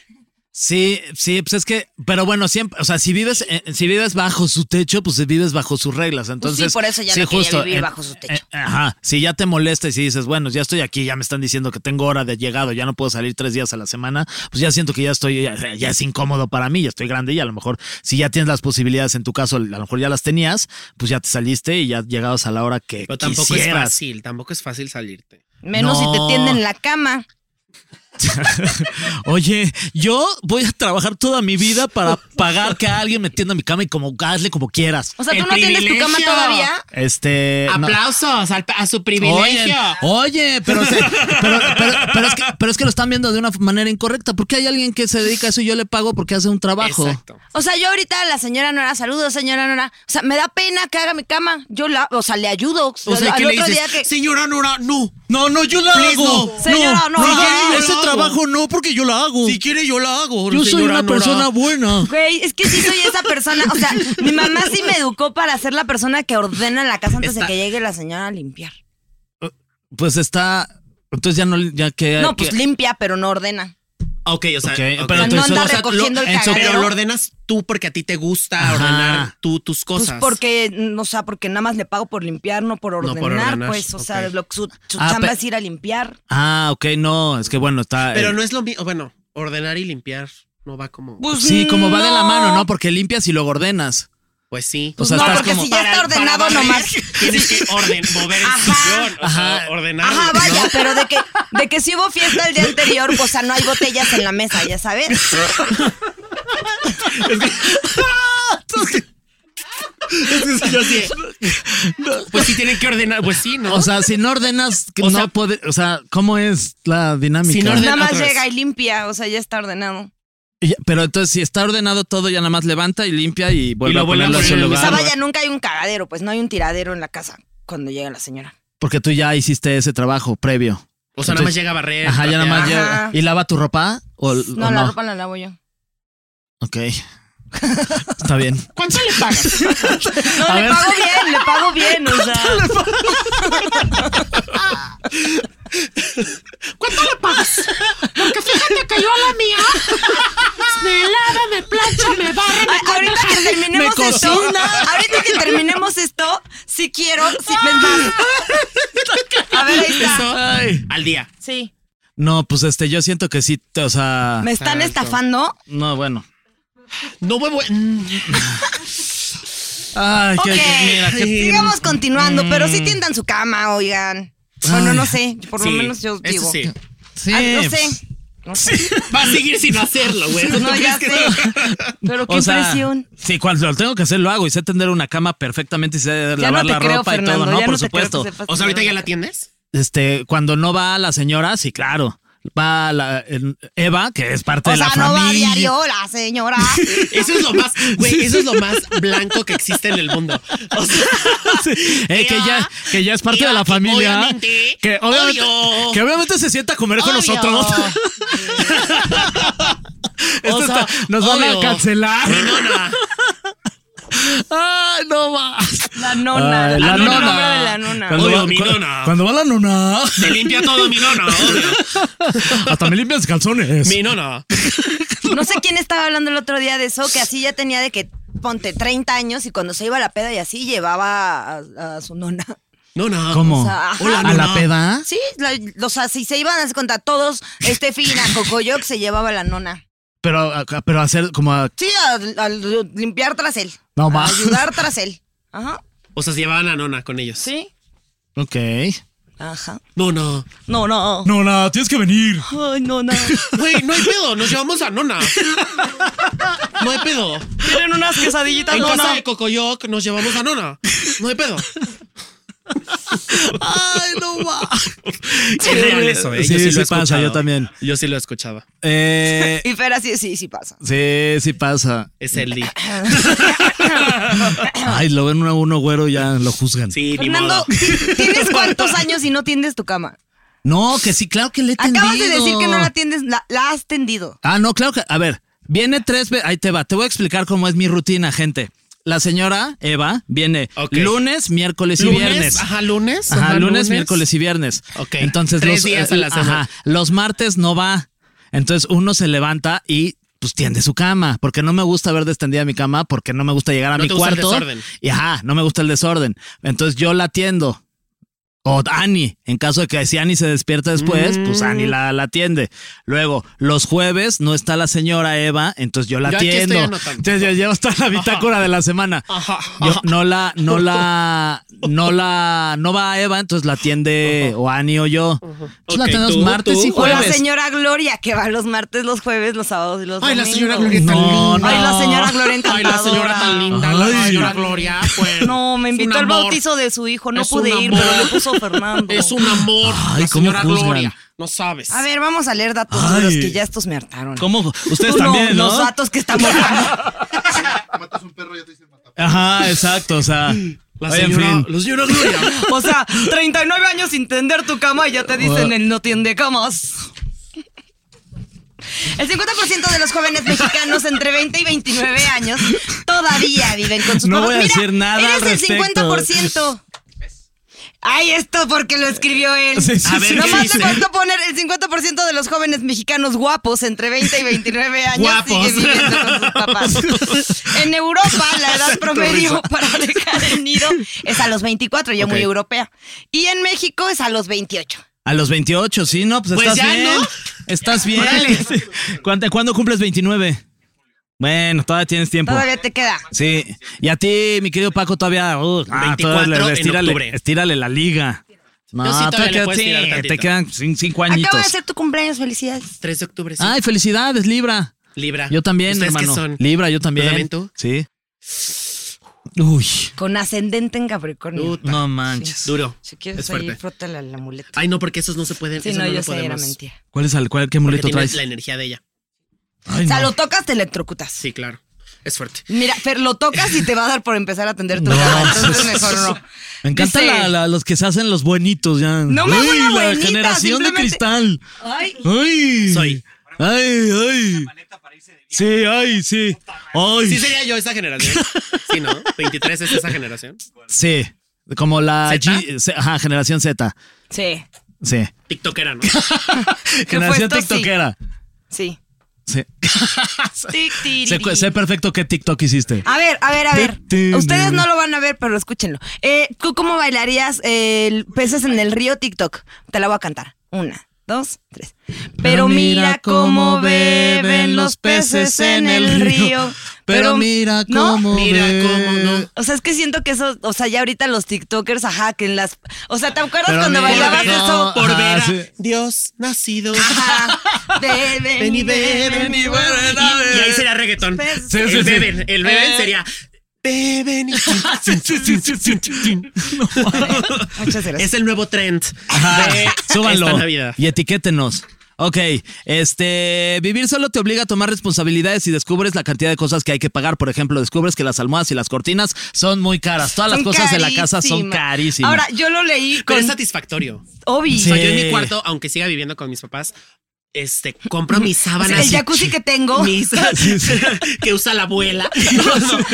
Speaker 1: Sí, sí, pues es que, pero bueno, siempre, o sea, si vives, eh, si vives bajo su techo, pues vives bajo sus reglas. Entonces, eh,
Speaker 3: por eso ya no quería vivir bajo su techo.
Speaker 1: ajá, si ya te molesta y si dices, bueno, ya estoy aquí, ya me están diciendo que tengo hora de llegado, ya no puedo salir tres días a la semana, pues ya siento que ya estoy, ya, ya es incómodo para mí, ya estoy grande y a lo mejor si ya tienes las posibilidades, en tu caso, a lo mejor ya las tenías, pues ya te saliste y ya llegabas a la hora que
Speaker 2: Pero tampoco es
Speaker 1: quisieras.
Speaker 2: fácil, tampoco es fácil salirte.
Speaker 3: Menos si
Speaker 1: No.
Speaker 3: te tienden la cama.
Speaker 1: Oye, yo voy a trabajar toda mi vida para pagar que alguien me tienda mi cama y como hazle como quieras.
Speaker 3: O sea,
Speaker 2: El
Speaker 3: tú no tienes tu cama
Speaker 2: privilegio.
Speaker 3: todavía.
Speaker 1: Este. no.
Speaker 2: Aplausos al- a su
Speaker 1: Oye, oye, pero, se- pero, pero- pero es que, pero es que lo están viendo de una manera incorrecta. Porque hay alguien que se dedica a eso y yo le pago porque hace un trabajo.
Speaker 2: Exacto.
Speaker 3: O sea, yo ahorita la señora Nora, saludos, señora Nora. O sea, me da pena que haga mi cama. Yo la, o sea, le ayudo.
Speaker 2: O sea,
Speaker 3: Al
Speaker 2: ¿qué le
Speaker 3: otro
Speaker 2: dices?
Speaker 3: día que-
Speaker 2: Señora Nora, no.
Speaker 1: No, no, yo la
Speaker 2: Please,
Speaker 1: hago.
Speaker 2: no.
Speaker 3: Señora, no,
Speaker 2: no,
Speaker 1: hagan
Speaker 2: yo
Speaker 1: ese
Speaker 2: la hago.
Speaker 1: trabajo no, porque yo la hago.
Speaker 2: Si quiere, yo la hago.
Speaker 1: yo soy
Speaker 2: señora
Speaker 1: una
Speaker 2: Nora.
Speaker 1: persona buena.
Speaker 3: Güey, es que sí soy esa persona. O sea, mi mamá sí me educó para ser la persona que ordena la casa antes de
Speaker 2: Está-
Speaker 3: que llegue la señora a limpiar.
Speaker 1: Pues está. Entonces ya no, ya que.
Speaker 3: No, pues
Speaker 1: que-
Speaker 3: limpia, pero no ordena.
Speaker 2: Ok, o sea,
Speaker 1: Ok,
Speaker 2: ok.
Speaker 1: pero
Speaker 3: O sea, no
Speaker 1: entonces-
Speaker 3: anda
Speaker 1: o sea, lo-
Speaker 3: recogiendo el
Speaker 1: en su-
Speaker 3: cagadero.
Speaker 2: Pero lo ordenas tú porque a ti te gusta
Speaker 1: Ajá.
Speaker 2: ordenar tú tus
Speaker 3: Pues
Speaker 2: cosas.
Speaker 3: porque, mm, o sea, porque nada más le pago por limpiar, no por ordenar,
Speaker 2: No por ordenar,
Speaker 3: pues. O sea,
Speaker 2: ok.
Speaker 3: lo- su, su
Speaker 1: Ah,
Speaker 3: chamba
Speaker 1: pe-
Speaker 3: es ir a limpiar.
Speaker 1: Ah, ok, no. Es que bueno, está. eh,
Speaker 2: Pero no es lo mismo. Bueno, ordenar y limpiar no va como.
Speaker 3: Pues
Speaker 1: Sí, como va de la
Speaker 3: no.
Speaker 1: mano, ¿no? Porque limpias y luego ordenas.
Speaker 2: Pues sí.
Speaker 1: O sea,
Speaker 3: no,
Speaker 1: estás
Speaker 3: porque
Speaker 1: como-
Speaker 3: si ya está ordenado
Speaker 2: barrer,
Speaker 3: nomás.
Speaker 2: Tienes que orden, mover el sillón, o sea,
Speaker 1: Ajá.
Speaker 2: ordenar.
Speaker 3: Ajá,
Speaker 2: ¿no?
Speaker 3: vaya, pero de que, de que si hubo fiesta el día anterior, pues, o sea, no hay botellas en la mesa, ya sabes.
Speaker 2: Yo sí. Pues sí tienen que ordenar. Pues sí, ¿no?
Speaker 1: O sea, si no ordenas, que
Speaker 2: O
Speaker 1: no
Speaker 2: sea-
Speaker 1: puede. O sea, ¿cómo es la dinámica?
Speaker 2: Si no ordena-
Speaker 3: Nada más
Speaker 2: otra vez.
Speaker 3: llega y limpia, o sea, ya está ordenado.
Speaker 1: Y- Pero entonces, si está ordenado todo, ya nada más levanta y limpia y vuelve
Speaker 2: lo
Speaker 1: a
Speaker 2: vuelve a
Speaker 1: ponerlo en su
Speaker 2: poner en el
Speaker 3: O sea,
Speaker 1: lugar.
Speaker 3: vaya, nunca hay un cagadero, pues no hay un tiradero en la casa cuando llega la señora.
Speaker 1: Porque tú ya hiciste ese trabajo previo.
Speaker 2: O sea, nada
Speaker 1: Entonces-
Speaker 2: más llega a barrer.
Speaker 1: Ajá, ya nada más
Speaker 3: Ajá.
Speaker 1: llega. ¿Y lava tu ropa? ¿O o
Speaker 3: No, la ropa la lavo yo.
Speaker 1: Ok. Está bien.
Speaker 2: ¿Cuánto le pagas?
Speaker 3: No,
Speaker 1: A
Speaker 3: le
Speaker 1: ver.
Speaker 3: pago bien, le pago bien, o sea.
Speaker 2: ¿Cuánto le pagas? Porque fíjate que yo a la mía me lava, me plancha, me barre,
Speaker 3: A- Ahorita que terminemos
Speaker 1: Me
Speaker 3: esto, ahorita que terminemos esto, si quiero, si me A ver, ahí está.
Speaker 2: Eso al día.
Speaker 3: Sí.
Speaker 1: No, pues este, yo siento que sí. te- O sea.
Speaker 3: ¿Me están estafando?
Speaker 1: No, bueno.
Speaker 2: No me voy.
Speaker 1: Ay,
Speaker 3: Ok.
Speaker 1: que mira, qué- Mm.
Speaker 3: Sigamos continuando, pero sí tiendan su cama, oigan. Bueno, no sé, por lo menos yo
Speaker 2: eso
Speaker 3: digo.
Speaker 2: sí.
Speaker 1: Sí,
Speaker 3: Ah, no sé.
Speaker 1: pues,
Speaker 3: No sé.
Speaker 2: Va a seguir sin hacerlo, güey. ¿Tú
Speaker 3: No,
Speaker 2: crees
Speaker 3: ya
Speaker 2: que-
Speaker 3: sé. Pero qué
Speaker 1: o sea,
Speaker 3: impresión.
Speaker 1: Sí, cuando lo tengo que hacer, lo hago. Y sé tender una cama perfectamente y sé
Speaker 3: Ya
Speaker 1: lavar
Speaker 3: no te
Speaker 1: la
Speaker 3: creo,
Speaker 1: ropa
Speaker 3: Fernando.
Speaker 1: y todo, ¿no?
Speaker 3: ya
Speaker 1: Por
Speaker 3: no te creo que
Speaker 1: supuesto.
Speaker 3: sepas
Speaker 2: O sea, ahorita
Speaker 3: tener
Speaker 2: ya
Speaker 3: una
Speaker 2: la tienes.
Speaker 1: este, cuando no va la señora, sí, claro. Va la, en- Eva, que es parte
Speaker 3: O
Speaker 1: de la
Speaker 3: sea, no va a
Speaker 1: familia.
Speaker 3: diario la señora.
Speaker 2: Eso es lo más, güey, eso es lo más blanco que existe en el mundo. O sea,
Speaker 1: Eh, que, ya, que ya es parte
Speaker 2: Eva,
Speaker 1: de la
Speaker 2: que
Speaker 1: familia.
Speaker 2: obviamente-
Speaker 1: que, obviamente,
Speaker 2: obvio.
Speaker 1: que obviamente se sienta a comer con
Speaker 2: Obvio.
Speaker 1: nosotros. Esto
Speaker 2: O sea,
Speaker 1: está- nos van a
Speaker 2: obvio.
Speaker 1: cancelar.
Speaker 2: Nona.
Speaker 1: Ay, no más.
Speaker 3: La nona.
Speaker 1: Ay,
Speaker 3: la
Speaker 1: Ah, la nona.
Speaker 3: nona. nombre de Ah, la nona.
Speaker 1: Cuando
Speaker 2: Obvio,
Speaker 1: va,
Speaker 2: mi
Speaker 1: cu-
Speaker 2: nona.
Speaker 1: cuando va la nona,
Speaker 2: Se limpia todo mi nona, obvio.
Speaker 1: hasta me limpias calzones.
Speaker 2: Mi nona.
Speaker 3: No sé quién estaba hablando el otro día de eso, que así ya tenía de que ponte 30 años y cuando se iba a la peda y así llevaba a, a su nona.
Speaker 2: Nona.
Speaker 1: ¿Cómo?
Speaker 3: O sea, ajá.
Speaker 2: Hola,
Speaker 1: ¿A la
Speaker 2: nona.
Speaker 1: peda?
Speaker 3: Sí, la- o sea, si se iban a hacer contra todos, Estefina, Cocoyoc se llevaba la nona.
Speaker 1: Pero, a- pero hacer como a-
Speaker 3: Sí, a, a limpiar tras él.
Speaker 1: No
Speaker 3: a
Speaker 1: más.
Speaker 3: Ayudar tras él. Ajá.
Speaker 2: O sea, se llevaban a nona con ellos.
Speaker 3: Sí.
Speaker 1: Ok.
Speaker 3: Ajá.
Speaker 2: Nona.
Speaker 3: No, no.
Speaker 1: Nona, tienes que venir.
Speaker 3: Ay, no, no.
Speaker 2: Güey, no hay pedo, nos llevamos a nona. No hay pedo.
Speaker 3: Tienen unas quesadillitas,
Speaker 2: En
Speaker 3: no,
Speaker 2: casa
Speaker 3: no.
Speaker 2: de Cocoyoc nos llevamos a nona. No hay pedo.
Speaker 1: Ay, no va.
Speaker 2: Es real eso, ¿eh?
Speaker 1: Sí,
Speaker 2: yo sí, lo
Speaker 1: sí
Speaker 2: he
Speaker 1: pasa,
Speaker 2: escuchado.
Speaker 1: yo también.
Speaker 2: Yo sí lo escuchaba.
Speaker 1: Eh,
Speaker 3: Y Fer así, sí, sí pasa.
Speaker 1: sí, sí pasa.
Speaker 2: Es el día.
Speaker 1: Ay, lo ven uno a uno güero y ya lo juzgan.
Speaker 2: Sí, ni
Speaker 3: Fernando,
Speaker 2: modo.
Speaker 3: ¿tienes cuántos años y no tiendes tu cama?
Speaker 1: No, que sí, claro que le he tendido.
Speaker 3: Acabas de decir que no la tiendes, la, la has tendido.
Speaker 1: Ah, no, claro que. A ver, viene tres veces. Ahí te va. Te voy a explicar cómo es mi rutina, gente. La señora Eva viene
Speaker 2: Ok.
Speaker 1: lunes, miércoles y viernes.
Speaker 2: Ajá, lunes.
Speaker 1: Ajá, lunes, miércoles y viernes.
Speaker 2: Ok.
Speaker 1: Entonces,
Speaker 2: Tres
Speaker 1: los, eh,
Speaker 2: días a la semana.
Speaker 1: los martes no va. Entonces uno se levanta y pues tiende su cama, porque no me gusta ver destendida mi cama, porque no me gusta llegar a
Speaker 2: No
Speaker 1: mi
Speaker 2: te gusta el
Speaker 1: cuarto.
Speaker 2: desorden.
Speaker 1: Y ajá, no me gusta el desorden. Entonces yo la atiendo. O Ani, en caso de que si Ani se despierta después, pues
Speaker 2: Mm.
Speaker 1: Ani la, la atiende. Luego, los jueves no está la señora Eva, entonces yo la
Speaker 2: Yo aquí estoy
Speaker 1: atiendo.
Speaker 2: anotando.
Speaker 1: Entonces ya llevo hasta la bitácora de la semana.
Speaker 2: Ajá,
Speaker 1: Yo
Speaker 2: ajá.
Speaker 1: no la, no la, no la, no va Eva, entonces la atiende o Ani o yo. Entonces la
Speaker 2: Ok,
Speaker 1: atendemos
Speaker 2: tú,
Speaker 1: martes
Speaker 2: tú.
Speaker 1: y
Speaker 3: O la
Speaker 1: jueves.
Speaker 3: señora Gloria, que va los martes, los jueves, los sábados y los
Speaker 2: Ay, la
Speaker 3: domingos.
Speaker 2: señora Gloria tan
Speaker 1: No,
Speaker 2: linda.
Speaker 3: Ay, la
Speaker 1: no.
Speaker 3: señora Gloria
Speaker 2: Ay, la señora tan
Speaker 3: encantadora.
Speaker 2: linda. La
Speaker 1: Ay.
Speaker 2: señora Gloria. Pues,
Speaker 3: No, me
Speaker 2: es un
Speaker 3: invitó al
Speaker 2: amor.
Speaker 3: bautizo de su hijo. No
Speaker 2: Es
Speaker 3: pude
Speaker 2: un
Speaker 3: ir,
Speaker 2: amor.
Speaker 3: pero le puso Fernando.
Speaker 2: Es un amor.
Speaker 1: Ay,
Speaker 2: la
Speaker 1: cómo
Speaker 2: señora
Speaker 1: juzgan.
Speaker 2: Gloria. No sabes.
Speaker 3: A ver, vamos a leer datos
Speaker 1: Ay.
Speaker 3: duros que ya estos me hartaron.
Speaker 1: ¿Cómo? Ustedes
Speaker 3: Tú no,
Speaker 1: también, ¿no?
Speaker 3: Los datos que estamos
Speaker 6: Matas un perro y ya te dicen matar.
Speaker 1: Ajá, exacto, o sea.
Speaker 2: La
Speaker 1: oye, en
Speaker 2: señora,
Speaker 1: fin.
Speaker 2: la señora Gloria.
Speaker 3: O sea, 39 años sin tender tu cama y ya te dicen el no tiende camas. El 50% de los jóvenes mexicanos entre 20 y 29 años todavía viven con sus
Speaker 1: No
Speaker 3: papás.
Speaker 1: voy a decir nada al
Speaker 3: Eres
Speaker 1: respecto.
Speaker 3: el 50%. Ay, esto porque lo escribió él.
Speaker 1: Sí, sí,
Speaker 2: A ver,
Speaker 1: sí,
Speaker 2: ¿qué
Speaker 3: Nomás
Speaker 1: sí.
Speaker 3: te faltó poner el 50% de los jóvenes mexicanos guapos entre 20 y 29 años
Speaker 2: Guapos.
Speaker 3: siguen viviendo con sus papás. En Europa, la edad promedio para dejar el nido es a los 24, ya muy
Speaker 1: Ok.
Speaker 3: europea. Y en México es a los 28.
Speaker 1: A los 28, sí, no, pues,
Speaker 2: Pues
Speaker 1: estás
Speaker 2: ya,
Speaker 1: bien.
Speaker 2: ¿no?
Speaker 1: Estás bien.
Speaker 2: Órale.
Speaker 1: ¿Cuándo, cuándo cumples 29? Bueno, todavía tienes tiempo.
Speaker 3: Todavía te queda.
Speaker 1: Sí. Y a ti, mi querido Paco, todavía. uh, ah,
Speaker 2: 24
Speaker 1: todavía le-
Speaker 2: en
Speaker 1: estírale,
Speaker 2: octubre.
Speaker 1: estírale la liga. No,
Speaker 2: sí todavía
Speaker 1: todavía
Speaker 2: le puedes
Speaker 1: queda-
Speaker 2: tirar
Speaker 1: sí,
Speaker 2: tantito.
Speaker 1: te quedan cin- cinco
Speaker 3: Acaba de
Speaker 1: añitos.
Speaker 3: ser tu cumpleaños, felicidades.
Speaker 2: 3 de octubre. sí.
Speaker 1: Ay, felicidades, Libra.
Speaker 2: Libra.
Speaker 1: Yo también,
Speaker 2: Ah, ¿Ustedes
Speaker 1: hermano.
Speaker 2: qué son?
Speaker 1: Libra, yo también.
Speaker 2: también tú?
Speaker 1: Sí. Uy,
Speaker 3: Con ascendente en Capricornio.
Speaker 2: Puta.
Speaker 1: no manches.
Speaker 2: Duro.
Speaker 3: si quieres
Speaker 2: es
Speaker 3: ahí,
Speaker 2: fuerte.
Speaker 3: frótala la muleta.
Speaker 2: Ay, no, porque esos no se pueden.
Speaker 3: si
Speaker 2: esos
Speaker 3: no,
Speaker 2: no,
Speaker 3: yo
Speaker 2: lo
Speaker 3: sé, era
Speaker 2: podemos.
Speaker 3: mentira.
Speaker 1: ¿Cuál es el, cuál, qué
Speaker 2: Porque
Speaker 1: amuleto
Speaker 2: tiene
Speaker 1: traes?
Speaker 2: la energía de ella.
Speaker 1: Ay,
Speaker 3: O sea,
Speaker 1: no.
Speaker 3: lo tocas, te electrocutas.
Speaker 2: Sí, claro. Es fuerte.
Speaker 3: Mira, Fer, lo tocas y te va a dar por empezar a atender tu
Speaker 1: No.
Speaker 3: cama, entonces mejor no.
Speaker 1: Me encanta
Speaker 3: Dice-
Speaker 1: la- la- los que se hacen los buenitos ya.
Speaker 3: No me hago
Speaker 1: Ay,
Speaker 3: una
Speaker 1: la
Speaker 3: buenita,
Speaker 1: generación de
Speaker 3: simplemente-
Speaker 1: cristal.
Speaker 3: Ay,
Speaker 1: Ay.
Speaker 2: Soy.
Speaker 1: Ay, ay. Sí, ay, sí. Ay.
Speaker 2: Sí, sería yo esa generación. Sí, ¿no? 23 es esa generación.
Speaker 1: Sí, como la
Speaker 2: ¿Zeta?
Speaker 1: G- se- ajá, generación Z.
Speaker 3: sí,
Speaker 1: Sí.
Speaker 2: TikTokera, ¿no?
Speaker 1: Generación
Speaker 3: puesto sí.
Speaker 1: TikTokera.
Speaker 3: sí.
Speaker 1: Sí.
Speaker 3: Tic, tiri,
Speaker 1: sé, cu- sé perfecto qué TikTok hiciste.
Speaker 3: A ver, a ver, a ver.
Speaker 1: Te- te-
Speaker 3: Ustedes no lo van a ver, pero escúchenlo. Eh, ¿Tú cómo bailarías el peces en el río TikTok? Te la voy a cantar. Una, dos, tres. Pero mira cómo beben los peces en el río.
Speaker 1: Pero mira
Speaker 3: ¿No?
Speaker 1: cómo.
Speaker 2: Mira
Speaker 1: ve-
Speaker 2: cómo no.
Speaker 3: O sea, es que siento que eso, o sea, ya ahorita los TikTokers, ajá, que en las. O sea, ¿te acuerdas
Speaker 1: Pero
Speaker 3: cuando
Speaker 1: mira
Speaker 3: bailabas
Speaker 1: cómo-
Speaker 3: eso?
Speaker 2: Por ver a
Speaker 1: Ajá, sí. Ah.
Speaker 2: Dios nacido.
Speaker 3: Ajá. Beben,
Speaker 2: Ven y beben y beben. Y, y ahí sería reggaetón.
Speaker 3: Pues-
Speaker 1: Sí,
Speaker 2: el
Speaker 1: sí, sí.
Speaker 2: beben, el beben
Speaker 3: Eh.
Speaker 2: sería. Beben y.
Speaker 3: Muchas gracias.
Speaker 2: es el nuevo trend.
Speaker 1: Ajá,
Speaker 2: de Esta
Speaker 1: Ah, súbanlo
Speaker 2: Navidad.
Speaker 1: y etiquétenos. Ok, este, vivir solo te obliga a tomar responsabilidades y descubres la cantidad de cosas que hay que pagar. Por ejemplo, descubres que las almohadas y las cortinas son muy caras. Todas las
Speaker 3: Son
Speaker 1: cosas de la casa son carísimas.
Speaker 3: Ahora, yo lo leí
Speaker 2: Pero
Speaker 3: con
Speaker 2: es satisfactorio.
Speaker 3: Obi.
Speaker 1: Sí.
Speaker 2: O sea, yo en mi cuarto, aunque siga viviendo con mis papás, este, compro mis sábanas.
Speaker 3: el jacuzzi que tengo.
Speaker 2: mis- que usa la abuela. No, no.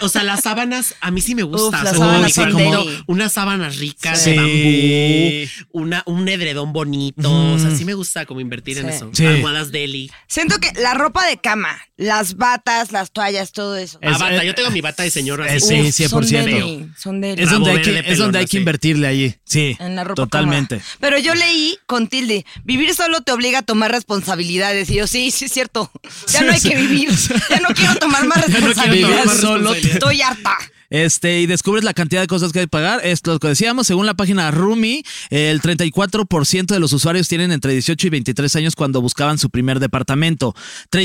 Speaker 2: O sea, las sábanas a mí sí me gustan.
Speaker 3: las
Speaker 2: O sea,
Speaker 7: sábanas
Speaker 2: sí,
Speaker 7: son
Speaker 2: como
Speaker 3: deli.
Speaker 2: unas sábanas ricas
Speaker 7: Sí.
Speaker 2: de bambú, una, un edredón bonito. O sea, sí me gusta como invertir en
Speaker 3: Sí.
Speaker 2: eso.
Speaker 7: Sí.
Speaker 2: Almohadas deli.
Speaker 3: Siento que la ropa de cama, las batas, las toallas, todo eso.
Speaker 7: Es-
Speaker 2: Ah, bata.
Speaker 7: eh,
Speaker 2: Yo tengo mi bata de señora.
Speaker 7: es-
Speaker 2: así.
Speaker 7: sí,
Speaker 3: Uf, Son
Speaker 7: 100%.
Speaker 3: deli, son deli.
Speaker 2: Es
Speaker 1: Es donde, hay
Speaker 2: Rabo
Speaker 1: que,
Speaker 2: verde
Speaker 1: es donde hay que
Speaker 2: pelona, sí.
Speaker 1: invertirle allí.
Speaker 7: Sí.
Speaker 3: En la ropa
Speaker 7: totalmente.
Speaker 3: cómoda. Pero yo leí con tilde, vivir solo te obliga a tomar responsabilidades. Y yo, sí, sí es cierto. Ya no hay que vivir. Ya no quiero tomar más responsabilidades.
Speaker 7: tomar más
Speaker 3: solo
Speaker 7: responsabilidades.
Speaker 3: estoy harta.
Speaker 1: Este, y descubres la cantidad de cosas que hay que pagar. Es lo que decíamos, según la página Rumi, el 34% de los usuarios tienen entre 18 y 23 años cuando buscaban su primer departamento.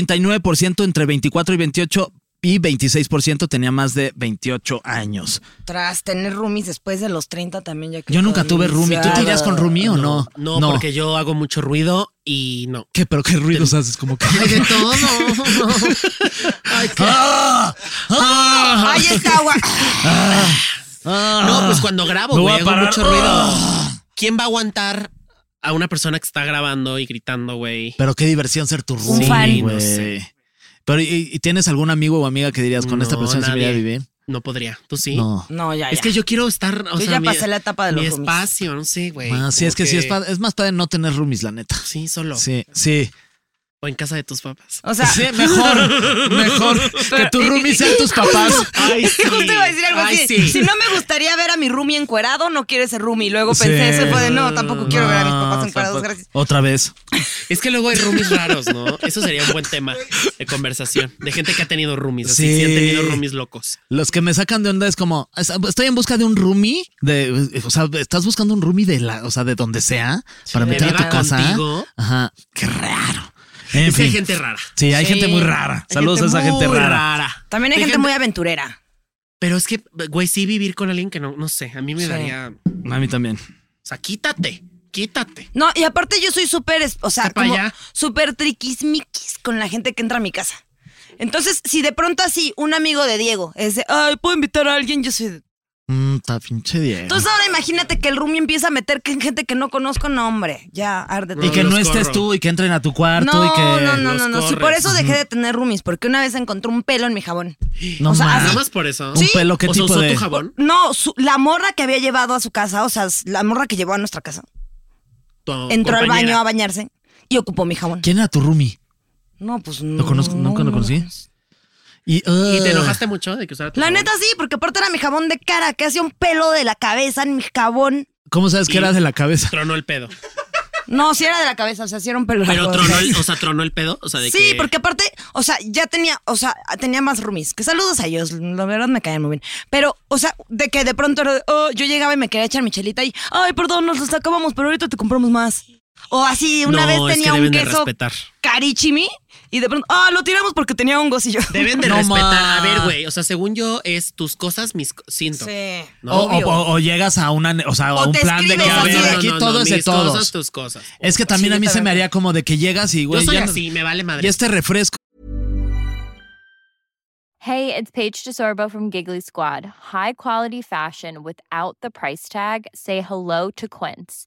Speaker 1: 39% entre 24 y 28 y 26% tenía más de 28 años.
Speaker 3: Tras tener roomies después de los 30 también ya que
Speaker 1: Yo nunca tuve roomie. ¿Tú
Speaker 7: Ah,
Speaker 1: te irías con roomie o no?
Speaker 2: No, porque yo hago mucho ruido y no.
Speaker 1: ¿Qué? ¿Pero qué ruidos haces? Como que...
Speaker 2: Ay, de todo.
Speaker 1: ¡Ah! ¡Ah!
Speaker 3: Ahí está agua.
Speaker 7: Ah.
Speaker 2: No, pues cuando grabo,
Speaker 1: Me voy
Speaker 2: güey,
Speaker 1: a
Speaker 2: hago
Speaker 1: parar. Ah.
Speaker 2: mucho ruido. ¿Quién va a aguantar a una persona que está grabando y gritando, güey?
Speaker 1: Pero qué diversión ser tu roomie,
Speaker 3: fan.
Speaker 1: güey.
Speaker 2: No sé.
Speaker 1: Pero, ¿y, y tienes algún amigo o amiga que dirías con esta
Speaker 2: No,
Speaker 1: persona se me iría a
Speaker 2: nadie.
Speaker 1: vivir?
Speaker 2: No podría. ¿Tú sí?
Speaker 1: No.
Speaker 3: No, ya, ya.
Speaker 2: Es que yo quiero estar. O
Speaker 3: Yo
Speaker 2: sea,
Speaker 3: ya
Speaker 2: mi-
Speaker 3: pasé la etapa de los
Speaker 2: Mi
Speaker 3: roomies.
Speaker 2: espacio, no sé, güey.
Speaker 1: Ah, sí,
Speaker 2: como
Speaker 1: es que, sí, es, pa- es más padre no tener roomies, la neta.
Speaker 2: Sí, solo.
Speaker 1: Sí, sí.
Speaker 2: O en casa de tus papás.
Speaker 3: O sea,
Speaker 1: sí, mejor, mejor que tu roomie sean tus papás.
Speaker 3: Ah,
Speaker 2: Ay, sí.
Speaker 3: justo iba a decir algo
Speaker 2: Ay,
Speaker 3: así.
Speaker 2: sí.
Speaker 3: Si no me gustaría ver a mi roomie encuerado, no quiero ese roomie. Luego pensé, eso fue de no, tampoco quiero ver a mis papás
Speaker 1: No,
Speaker 3: encuerados,
Speaker 1: Ah, tampoco.
Speaker 3: gracias.
Speaker 1: Otra vez.
Speaker 2: Es que luego hay roomies raros, ¿no? Eso sería un buen tema de conversación. De gente que ha tenido roomies. Así,
Speaker 1: Sí.
Speaker 2: sí, han tenido roomies locos.
Speaker 1: Los que me sacan de onda es como, es- estoy en busca de un roomie, de, o sea, estás buscando un roomie de la, o sea, de donde sea, para
Speaker 2: de
Speaker 1: meter a tu
Speaker 2: viva
Speaker 1: casa.
Speaker 2: contigo.
Speaker 1: Ajá, qué raro. En
Speaker 2: Es que hay
Speaker 1: fin.
Speaker 2: gente rara.
Speaker 1: Sí, hay
Speaker 3: Sí.
Speaker 1: gente muy rara. Saludos a esa gente
Speaker 2: muy
Speaker 1: rara.
Speaker 3: También hay
Speaker 2: De
Speaker 3: gente muy aventurera.
Speaker 2: Pero es que, güey, sí vivir con alguien que no, no sé, a mí me
Speaker 3: Sí.
Speaker 2: daría... O
Speaker 1: A mí también.
Speaker 2: sea, quítate, quítate.
Speaker 3: No, y aparte yo soy súper, es- o sea,
Speaker 2: Está pa'
Speaker 3: como
Speaker 2: allá.
Speaker 3: súper triquismiquis con la gente que entra a mi casa. Entonces, si de pronto así un amigo de Diego es de, ay, puedo invitar a alguien, yo soy de...
Speaker 1: Mm, ta pinche Diego.
Speaker 3: Entonces ahora imagínate que el roomie empieza a meter que- gente que no conozco, no hombre, ya arde
Speaker 1: y
Speaker 3: todo.
Speaker 1: que
Speaker 2: los
Speaker 1: no estés
Speaker 2: corro.
Speaker 1: tú y que entren a tu cuarto
Speaker 3: No,
Speaker 1: y que.
Speaker 3: no, no,
Speaker 2: los
Speaker 3: no, no. Sí, por
Speaker 2: corres.
Speaker 3: eso dejé de tener roomies, porque una vez encontré un pelo en mi jabón.
Speaker 1: No
Speaker 3: o sea,
Speaker 1: mames.
Speaker 2: Nada
Speaker 3: así-
Speaker 2: más por eso.
Speaker 1: Un pelo, ¿qué
Speaker 2: O sea,
Speaker 1: tipo
Speaker 2: usó
Speaker 1: de-
Speaker 2: tu jabón?
Speaker 3: No, su- la morra que había llevado a su casa, o sea, la morra que llevó a nuestra casa,
Speaker 2: Tu
Speaker 3: entró al
Speaker 2: compañera.
Speaker 3: baño a bañarse y ocupó mi jabón.
Speaker 1: ¿Quién era tu roomie?
Speaker 3: No, pues no.
Speaker 1: ¿Lo conozco?
Speaker 3: no,
Speaker 1: ¿Nunca
Speaker 3: no
Speaker 1: lo conocí? Y,
Speaker 2: ¿Y te
Speaker 1: ah,
Speaker 2: enojaste mucho de que usara tu
Speaker 3: La
Speaker 2: jabón?
Speaker 3: neta sí, porque aparte era mi jabón de cara, que hacía un pelo de la cabeza en mi jabón.
Speaker 1: ¿Cómo sabes que
Speaker 2: Y-
Speaker 1: eras de la cabeza?
Speaker 2: Tronó el pedo.
Speaker 3: No, sí era de la cabeza, o sea, sí era un pelo. de la
Speaker 2: Pero
Speaker 3: cabeza.
Speaker 2: tronó el, o sea, tronó el pedo, o sea, de
Speaker 3: Sí,
Speaker 2: que-
Speaker 3: porque aparte, o sea, ya tenía, o sea, tenía más roomies. Que saludos a ellos, la verdad me caían muy bien. Pero, o sea, de que de pronto era de, "Oh, yo llegaba y me quería echar mi chelita y, ay, perdón, nos los acabamos, pero ahorita te compramos más. O así, una
Speaker 2: No,
Speaker 3: vez
Speaker 2: es
Speaker 3: tenía
Speaker 2: que
Speaker 3: un
Speaker 2: deben de
Speaker 3: queso
Speaker 2: respetar.
Speaker 3: carichimi y de pronto, ah, lo tiramos porque tenía hongos y yo.
Speaker 2: Deben de
Speaker 1: No,
Speaker 2: respetar.
Speaker 1: ma.
Speaker 2: A ver, güey, o sea, según yo, es tus cosas, mis... co- Siento.
Speaker 3: Sí.
Speaker 2: No,
Speaker 1: o,
Speaker 3: obvio.
Speaker 1: o- o llegas a una, o sea, a
Speaker 3: O
Speaker 1: un
Speaker 3: te
Speaker 1: plan de que
Speaker 3: escribes
Speaker 1: a
Speaker 3: así
Speaker 1: ver,
Speaker 3: de-
Speaker 1: aquí
Speaker 2: no, no,
Speaker 1: todo
Speaker 2: no,
Speaker 1: es de
Speaker 2: mis
Speaker 1: todos.
Speaker 2: cosas, tus cosas.
Speaker 1: Es que también
Speaker 3: Sí,
Speaker 1: a mí
Speaker 3: yo
Speaker 1: se me
Speaker 3: también.
Speaker 1: haría como de que llegas y güey,
Speaker 2: yo soy
Speaker 1: ya no-
Speaker 2: así, me vale madre.
Speaker 1: y este refresco
Speaker 8: Hey, it's Paige DeSorbo from Giggly Squad. High quality fashion without the price tag. Say hello to Quince.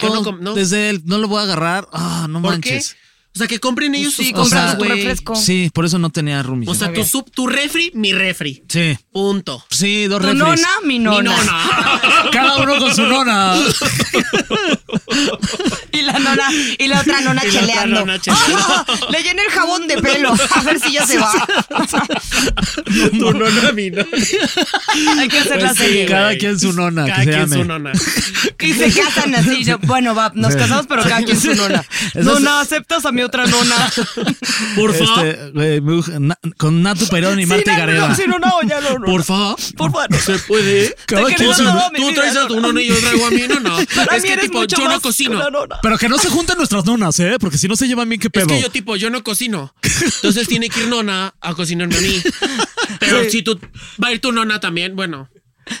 Speaker 2: Yo no com- no.
Speaker 1: desde el no lo voy a agarrar. Ah, no
Speaker 2: ¿Por qué?
Speaker 1: manches.
Speaker 2: O sea, que compren ellos
Speaker 3: Pues Sí,
Speaker 2: sus
Speaker 1: compran su
Speaker 2: cosas, güey.
Speaker 3: refresco.
Speaker 1: Sí, por eso no tenía roomies.
Speaker 2: O sea, tu, sub, tu refri, mi refri.
Speaker 1: sí.
Speaker 2: Punto.
Speaker 1: Sí, dos
Speaker 3: Tu
Speaker 1: refres.
Speaker 3: nona, mi
Speaker 2: Mi
Speaker 3: nona.
Speaker 2: nona.
Speaker 1: Cada uno con su nona.
Speaker 3: Y la nona, y la otra nona
Speaker 2: Y la otra
Speaker 3: cheleando.
Speaker 2: nona cheleando.
Speaker 3: ¡Ah! le llené el jabón de pelo. A ver si ya se va.
Speaker 2: tu nona, mi nona.
Speaker 3: Hay que hacer la
Speaker 2: Pues sí,
Speaker 3: serie.
Speaker 2: güey.
Speaker 7: cada quien su nona, que
Speaker 2: Cada
Speaker 7: se
Speaker 2: quien
Speaker 7: llame.
Speaker 2: su nona.
Speaker 3: Y se casan así. yo, bueno, va, nos casamos, pero cada quien su nona. Nona, ¿aceptas a mi otra nona?
Speaker 7: Por favor.
Speaker 1: Este, güey, muy- na- con Nato Perón y Marta
Speaker 3: no,
Speaker 1: Gareda.
Speaker 3: no, si no, no, ya no, no.
Speaker 1: Por favor.
Speaker 3: Por favor.
Speaker 2: ¿Se puede?
Speaker 3: Cada quien
Speaker 2: Tú-
Speaker 3: su nona, mi
Speaker 2: Tú
Speaker 3: vida,
Speaker 2: traes a tu
Speaker 3: nona.
Speaker 2: nona y yo traigo a mi nona.
Speaker 3: Para
Speaker 2: Es
Speaker 3: mí
Speaker 2: que
Speaker 3: eres
Speaker 2: tipo,
Speaker 3: mucho
Speaker 2: yo
Speaker 3: más
Speaker 2: no cocino.
Speaker 3: que una nona.
Speaker 7: Pero que no se junten nuestras nonas, ¿eh? Porque si no se llevan bien, qué
Speaker 2: Es
Speaker 7: pedo.
Speaker 2: que yo tipo, yo no cocino. Entonces tiene que ir nona a cocinarme a mí. Pero si tú va a ir tu nona también, bueno.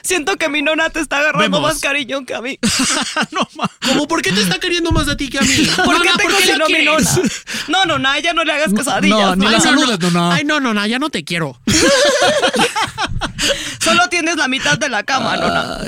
Speaker 3: Siento que mi nona te está agarrando
Speaker 2: Vemos.
Speaker 3: más cariño que a mí.
Speaker 1: Ah,
Speaker 7: no mames.
Speaker 2: ¿Cómo por qué te está queriendo más a ti que a mí?
Speaker 3: ¿Por qué
Speaker 2: Nona,
Speaker 3: te
Speaker 2: ¿por qué la
Speaker 3: cocinó mi
Speaker 2: quieres?
Speaker 3: nona? No, nona, ya no le hagas
Speaker 7: no,
Speaker 3: quesadillas.
Speaker 7: ni
Speaker 3: ¿no?
Speaker 7: la
Speaker 3: Ay,
Speaker 2: no,
Speaker 7: saludes, nona.
Speaker 2: Ay, no, nona, ya no te quiero.
Speaker 3: Solo tienes la mitad de la cama,
Speaker 1: Ah,
Speaker 3: nona.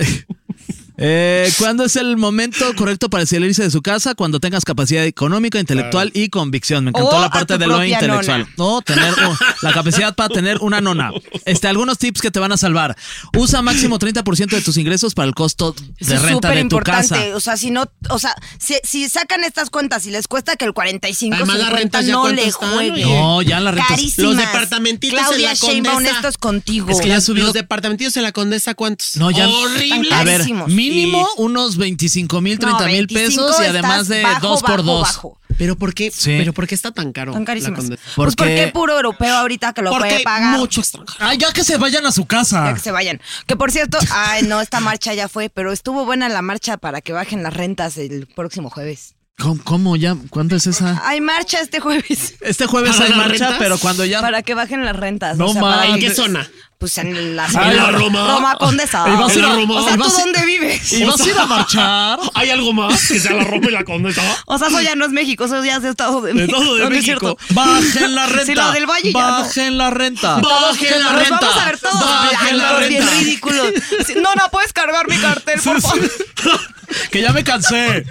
Speaker 1: Eh, ¿Cuándo es el momento correcto para salirse de su casa? Cuando tengas capacidad económica, intelectual y convicción. Me encantó
Speaker 3: O
Speaker 1: la
Speaker 3: a
Speaker 1: parte
Speaker 3: tu
Speaker 1: de lo
Speaker 3: propia
Speaker 1: intelectual.
Speaker 3: nona.
Speaker 1: No, tener oh, la capacidad para tener una nona. Este, algunos tips que te van a salvar. Usa máximo 30% de tus ingresos para el costo de
Speaker 3: es
Speaker 1: renta de
Speaker 3: súper
Speaker 1: tu casa.
Speaker 3: importante. O sea, si no, o sea, si, si sacan estas cuentas y les cuesta que el 45
Speaker 2: Además, las
Speaker 3: 50
Speaker 2: rentas ya
Speaker 3: no
Speaker 2: cuánto
Speaker 3: le
Speaker 2: están, oye.
Speaker 3: juegue.
Speaker 1: No, ya la renta.
Speaker 3: Carísimas.
Speaker 2: Los departamentitos en
Speaker 3: Claudia
Speaker 2: la
Speaker 3: Sheinbaum,
Speaker 2: Condesa.
Speaker 3: esto es contigo.
Speaker 1: Es que ya subió.
Speaker 2: Los departamentos en la Condesa, ¿cuántos?
Speaker 1: No, ya.
Speaker 2: Horrible.
Speaker 1: A ver,
Speaker 3: Carísimos.
Speaker 1: mínimo unos 25 mil, 30 mil
Speaker 3: No, 25
Speaker 1: pesos y además
Speaker 3: estás
Speaker 1: de
Speaker 3: bajo,
Speaker 1: dos por
Speaker 3: bajo,
Speaker 1: dos.
Speaker 3: bajo.
Speaker 2: Pero por qué,
Speaker 1: Sí.
Speaker 2: pero por qué está tan caro.
Speaker 3: Son
Speaker 2: la
Speaker 3: carísimas.
Speaker 2: Condesa?
Speaker 3: Pues ¿por
Speaker 1: Porque-
Speaker 3: qué puro europeo ahorita que lo puede
Speaker 2: Porque
Speaker 3: pagar?
Speaker 2: mucho extranjero.
Speaker 7: Ay, ya que se vayan a su
Speaker 3: Ya
Speaker 1: Ah.
Speaker 7: casa.
Speaker 3: que se vayan. Que por cierto, ay no, esta marcha ya fue, pero estuvo buena la marcha para que bajen las rentas el próximo jueves.
Speaker 1: ¿Cómo, cómo ya? ¿Cuánto es esa?
Speaker 3: Hay marcha este jueves.
Speaker 1: Este jueves
Speaker 2: ¿Para
Speaker 1: hay
Speaker 2: las
Speaker 1: marcha,
Speaker 2: rentas?
Speaker 1: pero cuando ya.
Speaker 3: Para que bajen las rentas.
Speaker 1: No
Speaker 3: o sea, para
Speaker 1: mames.
Speaker 3: que-
Speaker 2: ¿En qué zona?
Speaker 3: Pues en la,
Speaker 2: ¿En la Roma?
Speaker 3: Roma Condesa.
Speaker 2: ¿Y vas a ir a
Speaker 3: O sea,
Speaker 2: Roma?
Speaker 3: O sea,
Speaker 2: ¿Y
Speaker 3: ¿tú
Speaker 2: vas a-
Speaker 3: dónde vives?
Speaker 1: ¿Y vas a ir a marchar?
Speaker 2: ¿Hay algo más que sea la Roma y la Condesa?
Speaker 3: O sea, eso ya no es México, eso ya es de Estado de México.
Speaker 1: Todo de
Speaker 3: No, no es
Speaker 1: México.
Speaker 3: cierto.
Speaker 1: Bajen la renta.
Speaker 3: Sí, lo del Valle ya no.
Speaker 1: Bajen la renta.
Speaker 2: Bajen la
Speaker 3: Nos
Speaker 2: renta.
Speaker 3: vamos a ver todos
Speaker 1: Bajen la
Speaker 3: blancos, bien
Speaker 1: renta.
Speaker 3: ridículos. Sí, No, no, puedes cargar mi cartel, por favor.
Speaker 1: Que ya me cansé.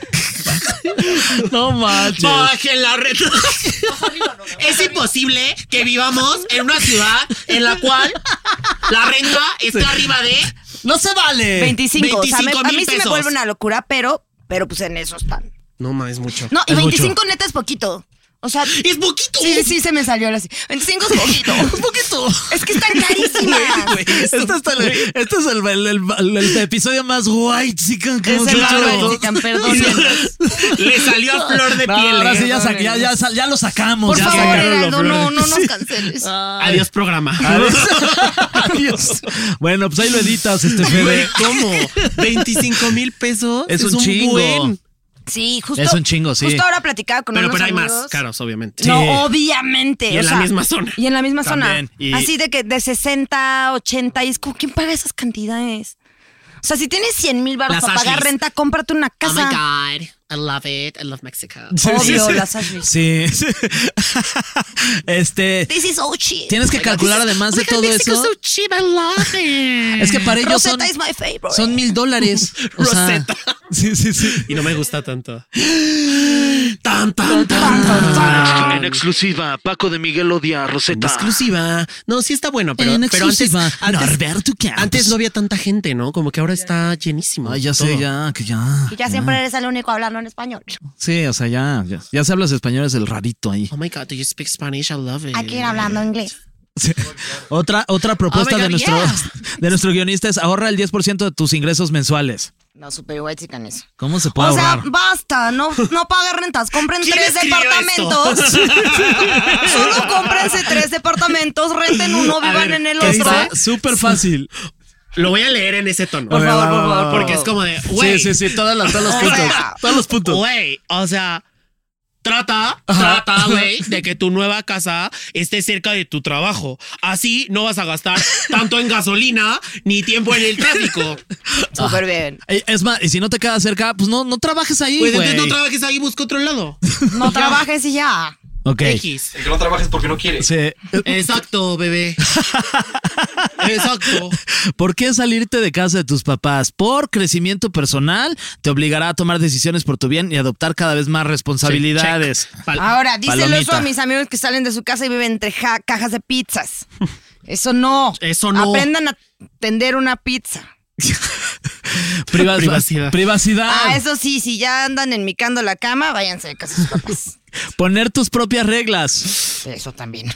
Speaker 1: No manches.
Speaker 2: Bajen la renta. Es imposible que vivamos en una ciudad en la cual la renta está arriba de.
Speaker 1: No se vale.
Speaker 3: 25, o sea, me-
Speaker 2: 25
Speaker 3: a mí
Speaker 2: mil
Speaker 3: sí me
Speaker 2: pesos.
Speaker 3: vuelve una locura, pero, pero pues en eso están.
Speaker 2: No más, es mucho.
Speaker 3: No, y
Speaker 1: Es
Speaker 3: 25 neta es poquito. O sea,
Speaker 2: ¡Es poquito!
Speaker 3: sí, sí se me salió así. 25 es poquito.
Speaker 1: Un poquito.
Speaker 3: es que están carísimas.
Speaker 1: Este, está el, este es el, el, el- el episodio más white chican que
Speaker 3: Es
Speaker 1: hemos
Speaker 3: el
Speaker 1: hecho.
Speaker 3: más white chican, perdónenos.
Speaker 2: Le salió a flor de
Speaker 1: No,
Speaker 2: piel.
Speaker 1: ahora
Speaker 2: ¿eh?
Speaker 1: sí ya, sa- ya, ya, sa- ya lo sacamos.
Speaker 3: Por
Speaker 1: ya
Speaker 3: favor, eh.
Speaker 1: sacaron lo
Speaker 3: Heraldo, no,
Speaker 1: peor.
Speaker 3: no
Speaker 1: Sí.
Speaker 3: nos canceles.
Speaker 2: Adiós, programa.
Speaker 1: Adiós. Adiós. Bueno, pues ahí lo editas, este Fede.
Speaker 2: ¿Cómo? 25 mil pesos.
Speaker 1: Es un chingo.
Speaker 3: Sí, justo.
Speaker 1: Es un chingo, sí.
Speaker 3: Justo ahora platicaba con
Speaker 2: Pero,
Speaker 3: unos
Speaker 2: pero hay más
Speaker 3: amigos.
Speaker 2: caros, obviamente.
Speaker 3: No, obviamente.
Speaker 2: Y
Speaker 3: o
Speaker 2: en la
Speaker 3: sea,
Speaker 2: misma zona.
Speaker 3: Y en la misma
Speaker 1: También,
Speaker 3: zona.
Speaker 1: y-
Speaker 3: Así de que de 60, 80. Y es como, ¿quién paga esas cantidades? O sea, si tienes 100 mil baros
Speaker 2: Las
Speaker 3: para pagar
Speaker 2: Ashleys.
Speaker 3: renta, cómprate una
Speaker 2: Oh my
Speaker 3: casa.
Speaker 2: God. I love it. I love Mexico.
Speaker 3: Obvio, las Ashleys.
Speaker 1: Sí. Este.
Speaker 3: This is Ochi.
Speaker 1: Tienes que calcular además de todo eso.
Speaker 2: cheap. I love it.
Speaker 1: Es que para ellos son,
Speaker 3: Rosetta is my favorite.
Speaker 1: son mil dólares. O sea,
Speaker 2: Rosetta.
Speaker 1: Sí, sí, sí.
Speaker 2: Y no me gusta tanto. Tan, tan, tan.
Speaker 3: Ah.
Speaker 1: En exclusiva, Paco de Miguel odia a Rosetta.
Speaker 2: Exclusiva. No, sí está bueno, pero,
Speaker 1: En
Speaker 2: pero antes,
Speaker 1: exclusiva.
Speaker 2: antes,
Speaker 1: Norberto Campos.
Speaker 2: antes no había tanta gente, ¿no? Como que ahora está llenísimo.
Speaker 1: Ay, Ah, ya
Speaker 2: todo.
Speaker 1: sé, ya, que ya.
Speaker 3: Y ya siempre eres el único hablando en español.
Speaker 1: Sí, o sea, ya, ya. Ya se hablas español, es el rarito ahí.
Speaker 2: Oh my God, do you speak Spanish? I love it.
Speaker 3: Hay que ir hablando inglés.
Speaker 1: Otra, otra propuesta
Speaker 2: Oh my
Speaker 1: de,
Speaker 2: God,
Speaker 1: nuestro,
Speaker 2: yeah.
Speaker 1: de nuestro guionista es ahorra el 10% de tus ingresos mensuales.
Speaker 3: No, super guay, chican eso.
Speaker 1: ¿Cómo se puede
Speaker 3: O sea,
Speaker 1: ahorrar?
Speaker 3: basta, no, no paguen rentas, compren
Speaker 2: ¿Quién
Speaker 3: tres
Speaker 2: escribió
Speaker 3: departamentos. Solo cómprense tres departamentos, renten uno,
Speaker 2: A
Speaker 3: vivan
Speaker 2: ver,
Speaker 3: en el
Speaker 2: ¿qué
Speaker 3: otro.
Speaker 2: dice?
Speaker 1: Está súper fácil.
Speaker 2: Lo voy a leer en ese tono.
Speaker 3: Por favor, por favor.
Speaker 2: Porque es como de, güey,
Speaker 1: Sí, sí, sí, todas las, todos los puntos. Todos los puntos.
Speaker 2: Güey, o sea, trata, trata, güey, de que tu nueva casa esté cerca de tu trabajo. Así no vas a gastar tanto en gasolina ni tiempo en el tráfico.
Speaker 3: Súper bien.
Speaker 1: Ey, Eh, Es más, y si no te quedas cerca, pues no, no trabajes ahí,
Speaker 2: Pues
Speaker 1: güey.
Speaker 2: entonces no trabajes ahí, busca otro lado.
Speaker 3: No trabajes y ya.
Speaker 1: ok.
Speaker 2: X.
Speaker 9: El que no trabajes porque no quieres.
Speaker 1: Sí.
Speaker 2: Exacto, bebé. Exacto.
Speaker 1: ¿Por qué salirte de casa de tus papás? Por crecimiento personal, te obligará a tomar decisiones por tu bien y adoptar cada vez más responsabilidades.
Speaker 2: Pal-
Speaker 3: Ahora, díselo eso
Speaker 1: Palomita.
Speaker 3: a mis amigos que salen de su casa y viven entre ja- cajas de pizzas. Eso no.
Speaker 2: Eso no.
Speaker 3: Aprendan a tender una pizza.
Speaker 1: Priva-
Speaker 2: Privacidad.
Speaker 1: Privacidad.
Speaker 3: Ah, eso sí, si ya andan enmicando la cama, váyanse de casa de sus papás.
Speaker 1: Poner tus propias reglas.
Speaker 3: Eso también.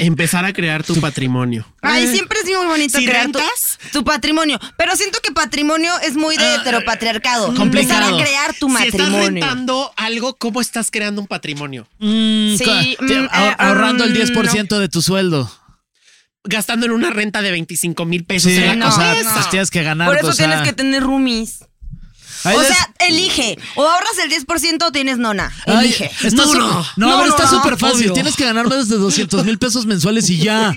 Speaker 2: Empezar a crear tu patrimonio.
Speaker 3: Ay,
Speaker 1: Eh,
Speaker 3: siempre es muy bonito
Speaker 2: Si
Speaker 3: crear tu,
Speaker 2: rentas.
Speaker 3: tu patrimonio. Pero siento que patrimonio es muy
Speaker 1: Ah,
Speaker 3: de heteropatriarcado.
Speaker 1: mm,
Speaker 3: Empezar a crear tu
Speaker 2: Si estás
Speaker 3: matrimonio.
Speaker 2: rentando algo, ¿cómo estás creando un patrimonio?
Speaker 1: Mm,
Speaker 3: Sí,
Speaker 1: co-
Speaker 3: mm,
Speaker 1: te-
Speaker 3: eh,
Speaker 1: ahor- ahorrando el
Speaker 3: mm,
Speaker 1: 10% de tu sueldo.
Speaker 2: Gastando en una renta de 25 mil pesos
Speaker 1: Sí,
Speaker 2: en la
Speaker 3: no.
Speaker 1: o sea,
Speaker 3: cabeza.
Speaker 1: pues ah. tienes que ganar.
Speaker 3: Por eso
Speaker 1: o sea,
Speaker 3: tienes que tener roomies.
Speaker 1: ay,
Speaker 3: o
Speaker 1: des-
Speaker 3: sea, elige. O ahorras el 10% o tienes nona.
Speaker 1: ay,
Speaker 3: Elige.
Speaker 1: está
Speaker 2: No,
Speaker 1: su-
Speaker 2: no.
Speaker 1: No,
Speaker 3: No,
Speaker 1: a ver,
Speaker 3: no,
Speaker 1: está
Speaker 3: no,
Speaker 1: súper fácil.
Speaker 3: obvio.
Speaker 1: Tienes que ganar más de 200 mil pesos mensuales y ya.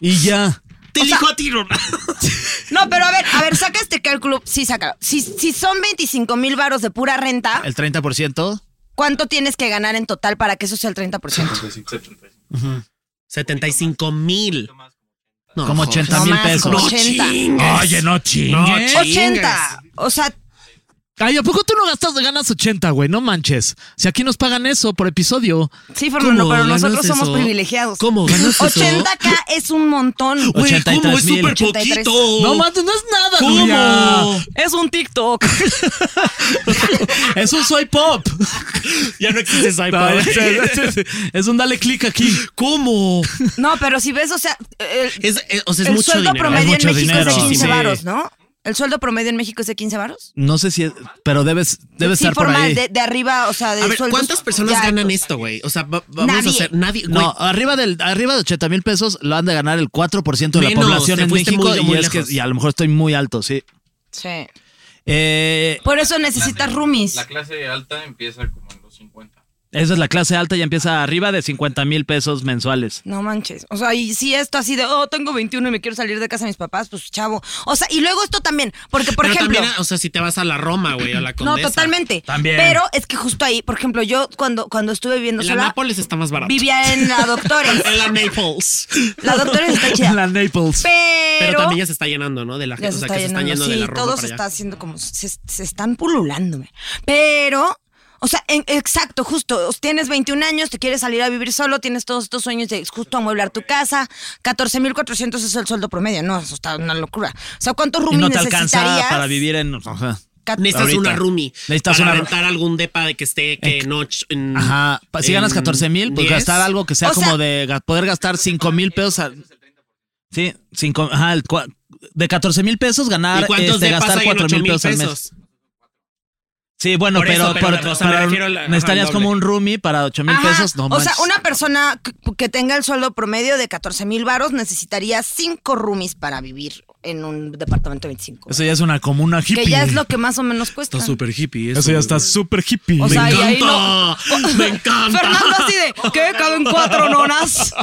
Speaker 1: Y ya.
Speaker 2: Te elijo a ti, Rona.
Speaker 3: No, pero a ver, a ver, saca este cálculo. Sí, sácalo. Si, si son 25 mil varos de pura renta,
Speaker 1: El 30%.
Speaker 3: ¿cuánto tienes que ganar en total para que eso sea el 30%?
Speaker 2: 75 mil. No,
Speaker 1: como
Speaker 2: joder.
Speaker 1: 80
Speaker 3: No
Speaker 1: mil
Speaker 3: más,
Speaker 1: pesos.
Speaker 3: como 80.
Speaker 1: Oye, no chingues.
Speaker 2: No, chi-
Speaker 3: 80. O sea,
Speaker 1: Ay, ¿a poco tú no gastas, ganas 80, güey? No manches. Si aquí nos pagan eso por episodio.
Speaker 3: sí, Fernando,
Speaker 2: ¿Cómo
Speaker 3: pero
Speaker 2: ganas
Speaker 3: nosotros somos
Speaker 2: eso?
Speaker 3: privilegiados.
Speaker 2: ¿Cómo ganas eso?
Speaker 3: 80k es un montón.
Speaker 2: Güey,
Speaker 1: 83
Speaker 2: ¿cómo? Es
Speaker 1: mil.
Speaker 2: súper
Speaker 3: 83.
Speaker 2: poquito.
Speaker 1: No mames, no es nada,
Speaker 2: ¿Cómo?
Speaker 1: Nuria.
Speaker 3: Es un TikTok.
Speaker 1: Es un soy pop.
Speaker 2: Ya no existe esa
Speaker 1: No, es, es- es- es un dale clic aquí.
Speaker 2: ¿Cómo?
Speaker 3: No, pero si ves, o sea, el,
Speaker 2: Es, eh, o sea, es
Speaker 3: el
Speaker 2: mucho
Speaker 3: sueldo
Speaker 2: dinero.
Speaker 3: promedio
Speaker 1: Es mucho
Speaker 3: en México es de
Speaker 1: dinero.
Speaker 3: 15
Speaker 1: Sí.
Speaker 3: varos, ¿no? ¿El sueldo promedio en México es de 15 varos?
Speaker 1: No sé si es, pero debes, debe
Speaker 3: sí,
Speaker 1: estar por
Speaker 3: formal,
Speaker 1: ahí.
Speaker 3: De, de arriba, o sea, de
Speaker 2: A ver,
Speaker 3: sueldos
Speaker 2: ¿cuántas personas
Speaker 3: ya
Speaker 2: ganan
Speaker 3: altos.
Speaker 2: esto, güey? O sea, va- vamos
Speaker 3: Nadie.
Speaker 2: a hacer. Nadie.
Speaker 1: No,
Speaker 2: güey.
Speaker 1: arriba, del, arriba de 80 mil pesos lo han de ganar el 4% de
Speaker 2: Menos,
Speaker 1: la población
Speaker 2: te
Speaker 1: en
Speaker 2: fuiste
Speaker 1: México
Speaker 2: muy-
Speaker 1: y,
Speaker 2: muy
Speaker 1: es que-
Speaker 2: lejos.
Speaker 1: y a lo mejor estoy muy alto, sí.
Speaker 3: Sí.
Speaker 1: Eh,
Speaker 3: Por eso necesitas roomies.
Speaker 10: La clase alta empieza como en los 50.
Speaker 1: esa es la clase alta y empieza arriba de 50 mil pesos mensuales.
Speaker 3: No manches. O sea, y si esto así de, oh, tengo 21 y me quiero salir de casa de mis papás, pues chavo. O sea, y luego esto también, porque por
Speaker 2: Pero
Speaker 3: ejemplo.
Speaker 2: también, o sea, si te vas a la Roma, güey, a la
Speaker 3: no,
Speaker 2: Condesa.
Speaker 3: totalmente. Pero es que justo ahí, por ejemplo, yo cuando, cuando estuve viviendo
Speaker 2: La
Speaker 3: sola,
Speaker 2: Nápoles está más barata.
Speaker 3: vivía en la Doctores.
Speaker 2: En la Naples.
Speaker 3: La Doctores está chida.
Speaker 1: La Naples.
Speaker 3: Pero,
Speaker 2: Pero también ya se está llenando, ¿no? De la
Speaker 3: Ya
Speaker 2: gente. O sea, que se está yendo
Speaker 3: sí,
Speaker 2: de la Roma.
Speaker 3: todo
Speaker 2: para
Speaker 3: se
Speaker 2: allá.
Speaker 3: está haciendo como, se, se están pululando. güey. Pero, o sea, en- exacto, justo, tienes 21 años, te quieres salir a vivir solo, tienes todos estos sueños de justo amueblar tu casa, 14.400 es el sueldo promedio, no, eso está una locura. O sea, ¿cuántos
Speaker 1: Y
Speaker 3: roomies
Speaker 1: no te alcanza
Speaker 3: necesitarías?
Speaker 1: para vivir en. ajá.
Speaker 3: Cat-
Speaker 2: Necesitas
Speaker 1: Ahorita.
Speaker 2: una roomie.
Speaker 1: Necesitas
Speaker 2: para
Speaker 1: una-
Speaker 2: rentar algún depa de que esté que no ch- en-
Speaker 1: Ajá. Pa- Si
Speaker 2: en
Speaker 1: ganas 14 mil, pues
Speaker 2: 10.
Speaker 1: gastar algo que sea
Speaker 3: O sea-
Speaker 1: como de ga- poder gastar 5 mil pesos. al- sí, 5. Ajá, el cua- de 14 mil pesos
Speaker 2: ¿Y
Speaker 1: ganar,
Speaker 2: cuántos
Speaker 1: este,
Speaker 2: depas
Speaker 1: gastar
Speaker 2: hay en
Speaker 1: 4
Speaker 2: 8
Speaker 1: mil
Speaker 2: mil
Speaker 1: pesos al mes.
Speaker 2: pesos?
Speaker 1: Sí, bueno,
Speaker 2: Por
Speaker 1: pero,
Speaker 2: eso, pero,
Speaker 1: pero-
Speaker 2: o sea, me
Speaker 1: pero
Speaker 2: refiero al- ajá,
Speaker 1: necesitarías
Speaker 2: al
Speaker 1: como
Speaker 2: doble.
Speaker 1: un roomie para 8 mil
Speaker 3: Ajá,
Speaker 1: pesos. No
Speaker 3: o sea,
Speaker 1: manches.
Speaker 3: una persona que, que tenga el sueldo promedio de 14 mil varos necesitaría cinco roomies para vivir en un departamento de 25.
Speaker 1: Eso ya es una comuna hippie.
Speaker 3: que ya es lo que más o menos cuesta.
Speaker 2: Ah. hippie.
Speaker 1: Eso ya está súper hippie.
Speaker 3: O sea,
Speaker 2: Me
Speaker 3: y ahí
Speaker 2: encanta.
Speaker 3: no-
Speaker 2: Me encanta.
Speaker 3: Fernando así de, ¿qué? Caben cuatro nonas.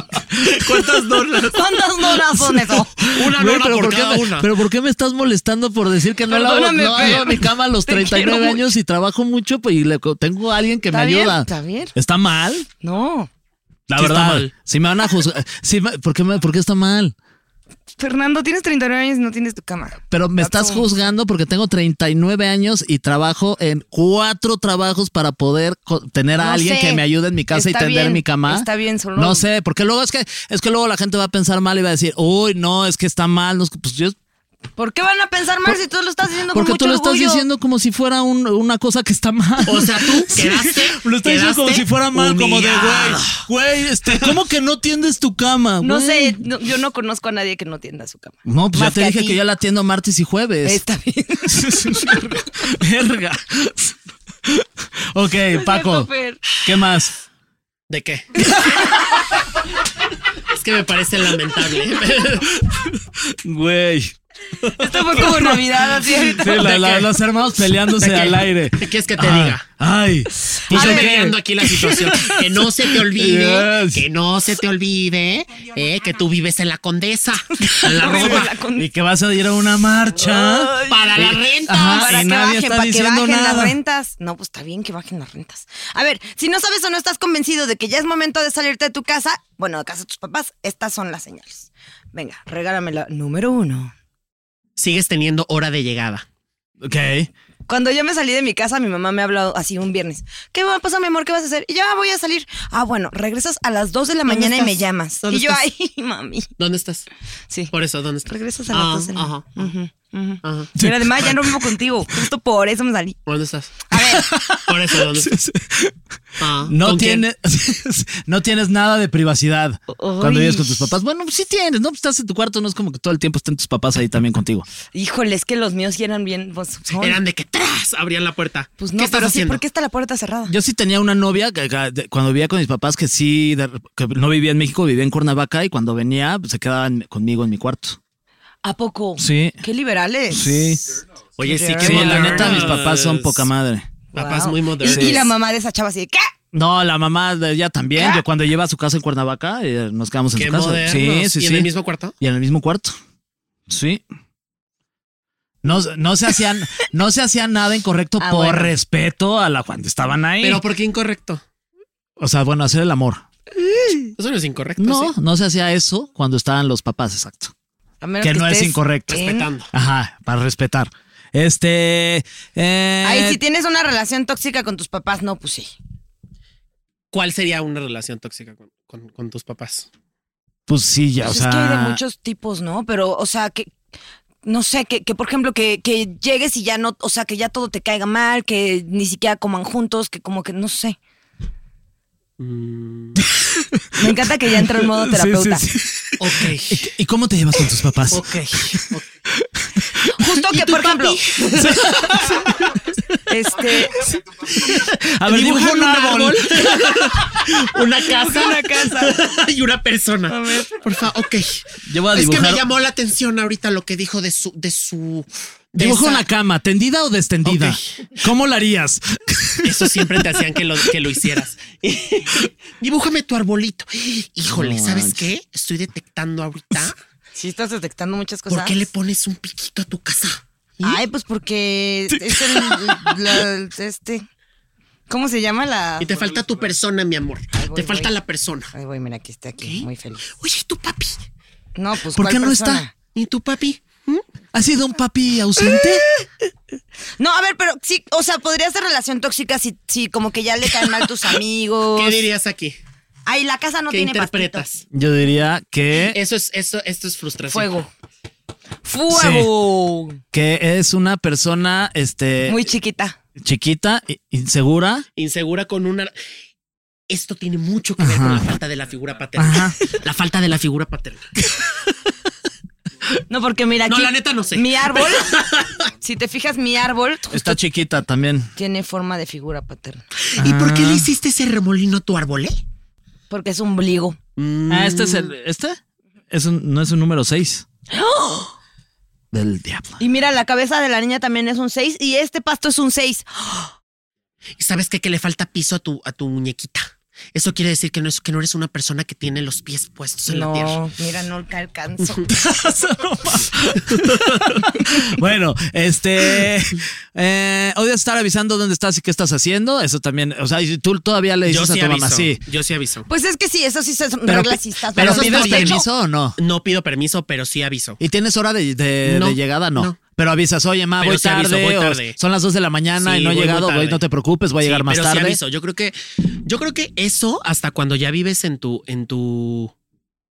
Speaker 2: ¿Cuántas donas?
Speaker 3: ¿Cuántas nonas son eso?
Speaker 2: Una
Speaker 1: Güey, pero,
Speaker 2: nona por,
Speaker 1: ¿por qué
Speaker 2: cada
Speaker 1: me,
Speaker 2: una.
Speaker 1: pero ¿por qué me estás molestando por decir que no la hago,
Speaker 3: Perdóname,
Speaker 1: no hago
Speaker 3: pero
Speaker 1: mi cama a los
Speaker 3: te quiero
Speaker 1: 39
Speaker 3: mucho.
Speaker 1: años y trabajo mucho pues, y le- tengo a alguien que me
Speaker 3: Está bien,
Speaker 1: ayuda?
Speaker 3: está bien.
Speaker 1: ¿Está mal?
Speaker 3: No.
Speaker 1: La
Speaker 2: Sí, está
Speaker 1: verdad.
Speaker 2: mal.
Speaker 1: Si me van a juzgar. si me- ¿por, qué me- por qué está mal?
Speaker 3: Fernando, tienes 39 años y no tienes tu cama.
Speaker 1: Pero me estás
Speaker 3: Gato.
Speaker 1: juzgando porque tengo 39 años y trabajo en cuatro trabajos para poder co- tener a
Speaker 3: No
Speaker 1: alguien
Speaker 3: sé.
Speaker 1: que me ayude en mi casa y
Speaker 3: Está
Speaker 1: tender
Speaker 3: bien,
Speaker 1: mi cama.
Speaker 3: está bien, solo-
Speaker 1: No sé, porque luego es que es que luego la gente va a pensar mal y va a decir, "Uy, no, es que está mal." No, es que- pues yo
Speaker 3: ¿Por qué van a pensar mal si tú lo estás diciendo
Speaker 1: Porque
Speaker 3: con mucho
Speaker 1: tú lo estás
Speaker 3: orgullo?
Speaker 1: diciendo como si fuera un- una cosa que está mal.
Speaker 2: O sea, tú quedaste-
Speaker 1: Lo estás diciendo como
Speaker 2: quedaste
Speaker 1: si fuera mal, como de
Speaker 2: humillada.
Speaker 1: güey. Güey, este, ¿cómo que no tiendes tu cama?
Speaker 3: No
Speaker 1: güey?"
Speaker 3: sé, no, yo no conozco a nadie que no tienda su cama.
Speaker 1: No, pues ya
Speaker 3: Más
Speaker 1: te
Speaker 3: que a
Speaker 1: dije
Speaker 3: ti.
Speaker 1: que yo la atiendo martes y jueves.
Speaker 3: Está bien.
Speaker 1: Verga. ok, Paco.
Speaker 3: Fer.
Speaker 1: ¿Qué más?
Speaker 2: ¿De qué? es que me parece lamentable.
Speaker 1: Güey. Sí,
Speaker 3: Esto fue como Navidad, así ahorita.
Speaker 1: la- la-
Speaker 2: qué?
Speaker 1: los hermanos peleándose
Speaker 2: ¿De qué?
Speaker 1: al aire.
Speaker 2: ¿Qué quieres que te
Speaker 1: Ah,
Speaker 2: diga?
Speaker 1: Ay.
Speaker 2: Y
Speaker 1: Pues,
Speaker 2: yo
Speaker 1: ¿qué?
Speaker 2: peleando aquí la situación. Que no se te olvide,
Speaker 1: Yes.
Speaker 2: que no se te olvide eh, que tú vives en la Condesa, en la Roma,
Speaker 3: La con- Oh,
Speaker 1: Y que vas a ir a una marcha.
Speaker 2: para la renta.
Speaker 1: Ajá,
Speaker 3: Para
Speaker 1: y
Speaker 3: que
Speaker 1: nadie
Speaker 3: bajen,
Speaker 1: está
Speaker 3: para que
Speaker 1: diciendo
Speaker 3: bajen las
Speaker 1: nada.
Speaker 3: rentas. No, pues está bien que bajen las rentas. A ver, si no sabes o no estás convencido de que ya es momento de salirte de tu casa, bueno, de casa de tus papás, estas son las señales. Venga, regálame la número uno.
Speaker 2: Sigues teniendo hora de llegada.
Speaker 1: Ok.
Speaker 3: Cuando yo me salí de mi casa, mi mamá me habló así un viernes. ¿Qué va a pasar, mi amor? ¿Qué vas a hacer? Y yo, "Ah, voy a salir. Ah, bueno, regresas a las 2 de la mañana y
Speaker 2: estás?
Speaker 3: me llamas.
Speaker 2: ¿Dónde
Speaker 3: Y yo,
Speaker 2: estás?
Speaker 3: ay, mami.
Speaker 2: ¿Dónde estás?
Speaker 3: Sí.
Speaker 2: Por eso, ¿dónde estás?
Speaker 3: Regresas a las
Speaker 2: Ah,
Speaker 3: 2 de la
Speaker 2: ajá,
Speaker 3: mañana. Ujú, ujú.
Speaker 2: ajá.
Speaker 3: Pero además ya no vivo contigo. Justo por eso me salí.
Speaker 2: ¿Dónde estás?
Speaker 3: A ver,
Speaker 2: Por eso, ¿dónde? Ah,
Speaker 1: No
Speaker 2: ¿con quién?
Speaker 1: tienes, no tienes nada de privacidad cuando vives con tus papás. Bueno, pues sí tienes, ¿no? Pues estás en tu cuarto, no es como que todo el tiempo estén tus papás ahí también contigo.
Speaker 3: Híjole, es que los míos sí eran bien. Pues, son-
Speaker 2: Eran de que tras abrían la puerta.
Speaker 3: pues no,
Speaker 2: ¿Qué estás
Speaker 3: pero sí,
Speaker 2: haciendo?
Speaker 3: ¿por qué está la puerta cerrada?
Speaker 1: Yo sí tenía una novia que- que- de- cuando vivía con mis papás que sí, de- que no vivía en México, vivía en Cuernavaca y cuando venía pues, se quedaban conmigo en mi cuarto.
Speaker 3: ¿A poco?
Speaker 1: Sí.
Speaker 3: Qué liberales.
Speaker 1: Sí.
Speaker 2: Oye, sí, qué
Speaker 1: Sí, la
Speaker 2: modernos.
Speaker 1: neta, mis papás son poca madre.
Speaker 2: Papás
Speaker 3: Wow.
Speaker 2: muy
Speaker 3: Y-
Speaker 2: modernos.
Speaker 3: Y, la mamá de esa chava así de, ¿qué?
Speaker 1: No, la mamá de ella también. Yo cuando lleva a su casa en Cuernavaca, eh, nos quedamos en
Speaker 2: Qué
Speaker 1: su casa.
Speaker 2: modernos.
Speaker 1: Sí, sí,
Speaker 2: ¿Y
Speaker 1: sí.
Speaker 2: en el mismo cuarto?
Speaker 1: Y en el mismo cuarto. Sí. No, no se hacían, no se hacía nada incorrecto
Speaker 3: Ah,
Speaker 1: por
Speaker 3: bueno.
Speaker 1: respeto a la cuando estaban ahí.
Speaker 2: Pero ¿por qué incorrecto?
Speaker 1: o sea, bueno, hacer el amor.
Speaker 2: Eso no es incorrecto.
Speaker 1: No,
Speaker 2: Pues ¿sí?
Speaker 1: no se hacía eso cuando estaban los papás, exacto.
Speaker 3: A menos
Speaker 1: Que no es
Speaker 3: estés
Speaker 1: incorrecto.
Speaker 3: en-
Speaker 2: Respetando.
Speaker 1: Ajá, para respetar. Este. eh,
Speaker 3: Ay, si tienes una relación tóxica con tus papás, no, pues sí.
Speaker 2: ¿Cuál sería una relación tóxica con, con- con tus papás?
Speaker 1: Pues sí, ya,
Speaker 3: Pues
Speaker 1: o sea.
Speaker 3: es que hay de muchos tipos, ¿no? Pero, o sea, que. No sé, que, que por ejemplo, que, que llegues y ya no. O sea, que ya todo te caiga mal, que ni siquiera coman juntos, que como que no sé.
Speaker 2: Mm,
Speaker 3: Me encanta que ya entra en modo
Speaker 1: Sí, sí,
Speaker 3: terapeuta.
Speaker 1: sí.
Speaker 2: ok.
Speaker 1: ¿Y cómo te llevas con tus papás?
Speaker 3: Justo que, por ejemplo. este.
Speaker 1: A ver, dibuja
Speaker 2: Dibujan
Speaker 1: un
Speaker 2: un
Speaker 1: árbol.
Speaker 2: Una casa. Una casa. y una persona. Por favor, ok.
Speaker 1: Yo voy a
Speaker 2: Es que
Speaker 1: dibujar.
Speaker 2: me llamó la atención ahorita lo que dijo de su. De su de
Speaker 1: Dibuja
Speaker 2: esa-
Speaker 1: una cama, tendida o destendida. ¿Cómo la harías?
Speaker 2: Eso siempre te hacían que lo, que lo hicieras. Dibújame tu arbolito. Híjole,
Speaker 1: No
Speaker 2: ¿sabes
Speaker 1: manches.
Speaker 2: qué? Estoy detectando ahorita.
Speaker 3: Sí, estás detectando muchas cosas.
Speaker 2: ¿Por qué le pones un piquito a tu casa?
Speaker 3: Ay, pues porque. Es el, la- este. ¿Cómo se llama la.?
Speaker 2: Y te falta tu persona, mi amor.
Speaker 3: voy,
Speaker 2: Te falta
Speaker 3: voy.
Speaker 2: la persona.
Speaker 3: Ay, güey, mira, aquí está aquí, muy feliz.
Speaker 2: Oye, ¿y tu papi?
Speaker 3: No, pues.
Speaker 1: ¿Por
Speaker 3: ¿cuál
Speaker 1: qué no
Speaker 3: persona?
Speaker 1: está?
Speaker 2: ¿Y tu papi?
Speaker 1: ¿Ha sido un papi ausente?
Speaker 3: No, a ver, pero sí, o sea, podría ser relación tóxica si, si como que ya le caen mal tus amigos.
Speaker 2: ¿Qué dirías aquí?
Speaker 3: Ay, la casa Pues, no
Speaker 2: ¿Qué
Speaker 3: tiene
Speaker 2: interpretas?
Speaker 1: Yo diría
Speaker 3: Eh.
Speaker 1: que,
Speaker 2: Eso es, eso, esto es frustración.
Speaker 3: Fuego. Fuego.
Speaker 1: que es una persona este,
Speaker 3: Muy chiquita.
Speaker 1: chiquita, i- insegura.
Speaker 2: insegura con una. Esto tiene mucho que ver con la falta de la figura paterna. La falta de la figura paterna.
Speaker 3: No, porque mira aquí.
Speaker 2: No, la neta no sé.
Speaker 3: Mi árbol. si te fijas, mi árbol justo
Speaker 1: Está chiquita también.
Speaker 3: tiene forma de figura paterna.
Speaker 2: ¿Y por
Speaker 3: Ah.
Speaker 2: qué le hiciste ese remolino a tu árbol, eh?
Speaker 3: Porque es ombligo.
Speaker 1: Ah, este es el. ¿Este? Es un- no es un número 6. Del diablo.
Speaker 3: Y mira, la cabeza de la niña también es un 6 y este pasto es un 6.
Speaker 2: ¿Y sabes qué? Que le falta piso a tu, a tu muñequita. Eso quiere decir que no, es, que no eres una persona que tiene los pies puestos en la tierra.
Speaker 3: No, mira, no te alcanzo.
Speaker 1: bueno, este. Eh, odio estar avisando dónde estás y qué estás haciendo. Eso también. O sea, y tú todavía le dices a tu mamá, sí.
Speaker 2: Yo sí aviso.
Speaker 3: Pues es que sí, eso sí se
Speaker 1: Pero,
Speaker 3: reglas y estás
Speaker 1: pero
Speaker 3: mal
Speaker 1: pides
Speaker 3: satisfecho.
Speaker 1: permiso o no?
Speaker 2: No pido permiso, pero sí aviso.
Speaker 1: ¿Y tienes hora de, de-
Speaker 2: No,
Speaker 1: de llegada? No.
Speaker 2: no.
Speaker 1: Pero avisas, oye, ma,
Speaker 2: Pero
Speaker 1: voy,
Speaker 2: sí
Speaker 1: tarde,
Speaker 2: aviso, voy
Speaker 1: o
Speaker 2: tarde.
Speaker 1: son las 2 de la mañana
Speaker 2: Sí,
Speaker 1: y no he
Speaker 2: voy muy
Speaker 1: llegado, voy,
Speaker 2: tarde.
Speaker 1: no te preocupes, voy a
Speaker 2: Sí,
Speaker 1: llegar más
Speaker 2: pero sí
Speaker 1: tarde.
Speaker 2: aviso. Yo creo que, yo creo que eso, hasta cuando ya vives en tu, en tu,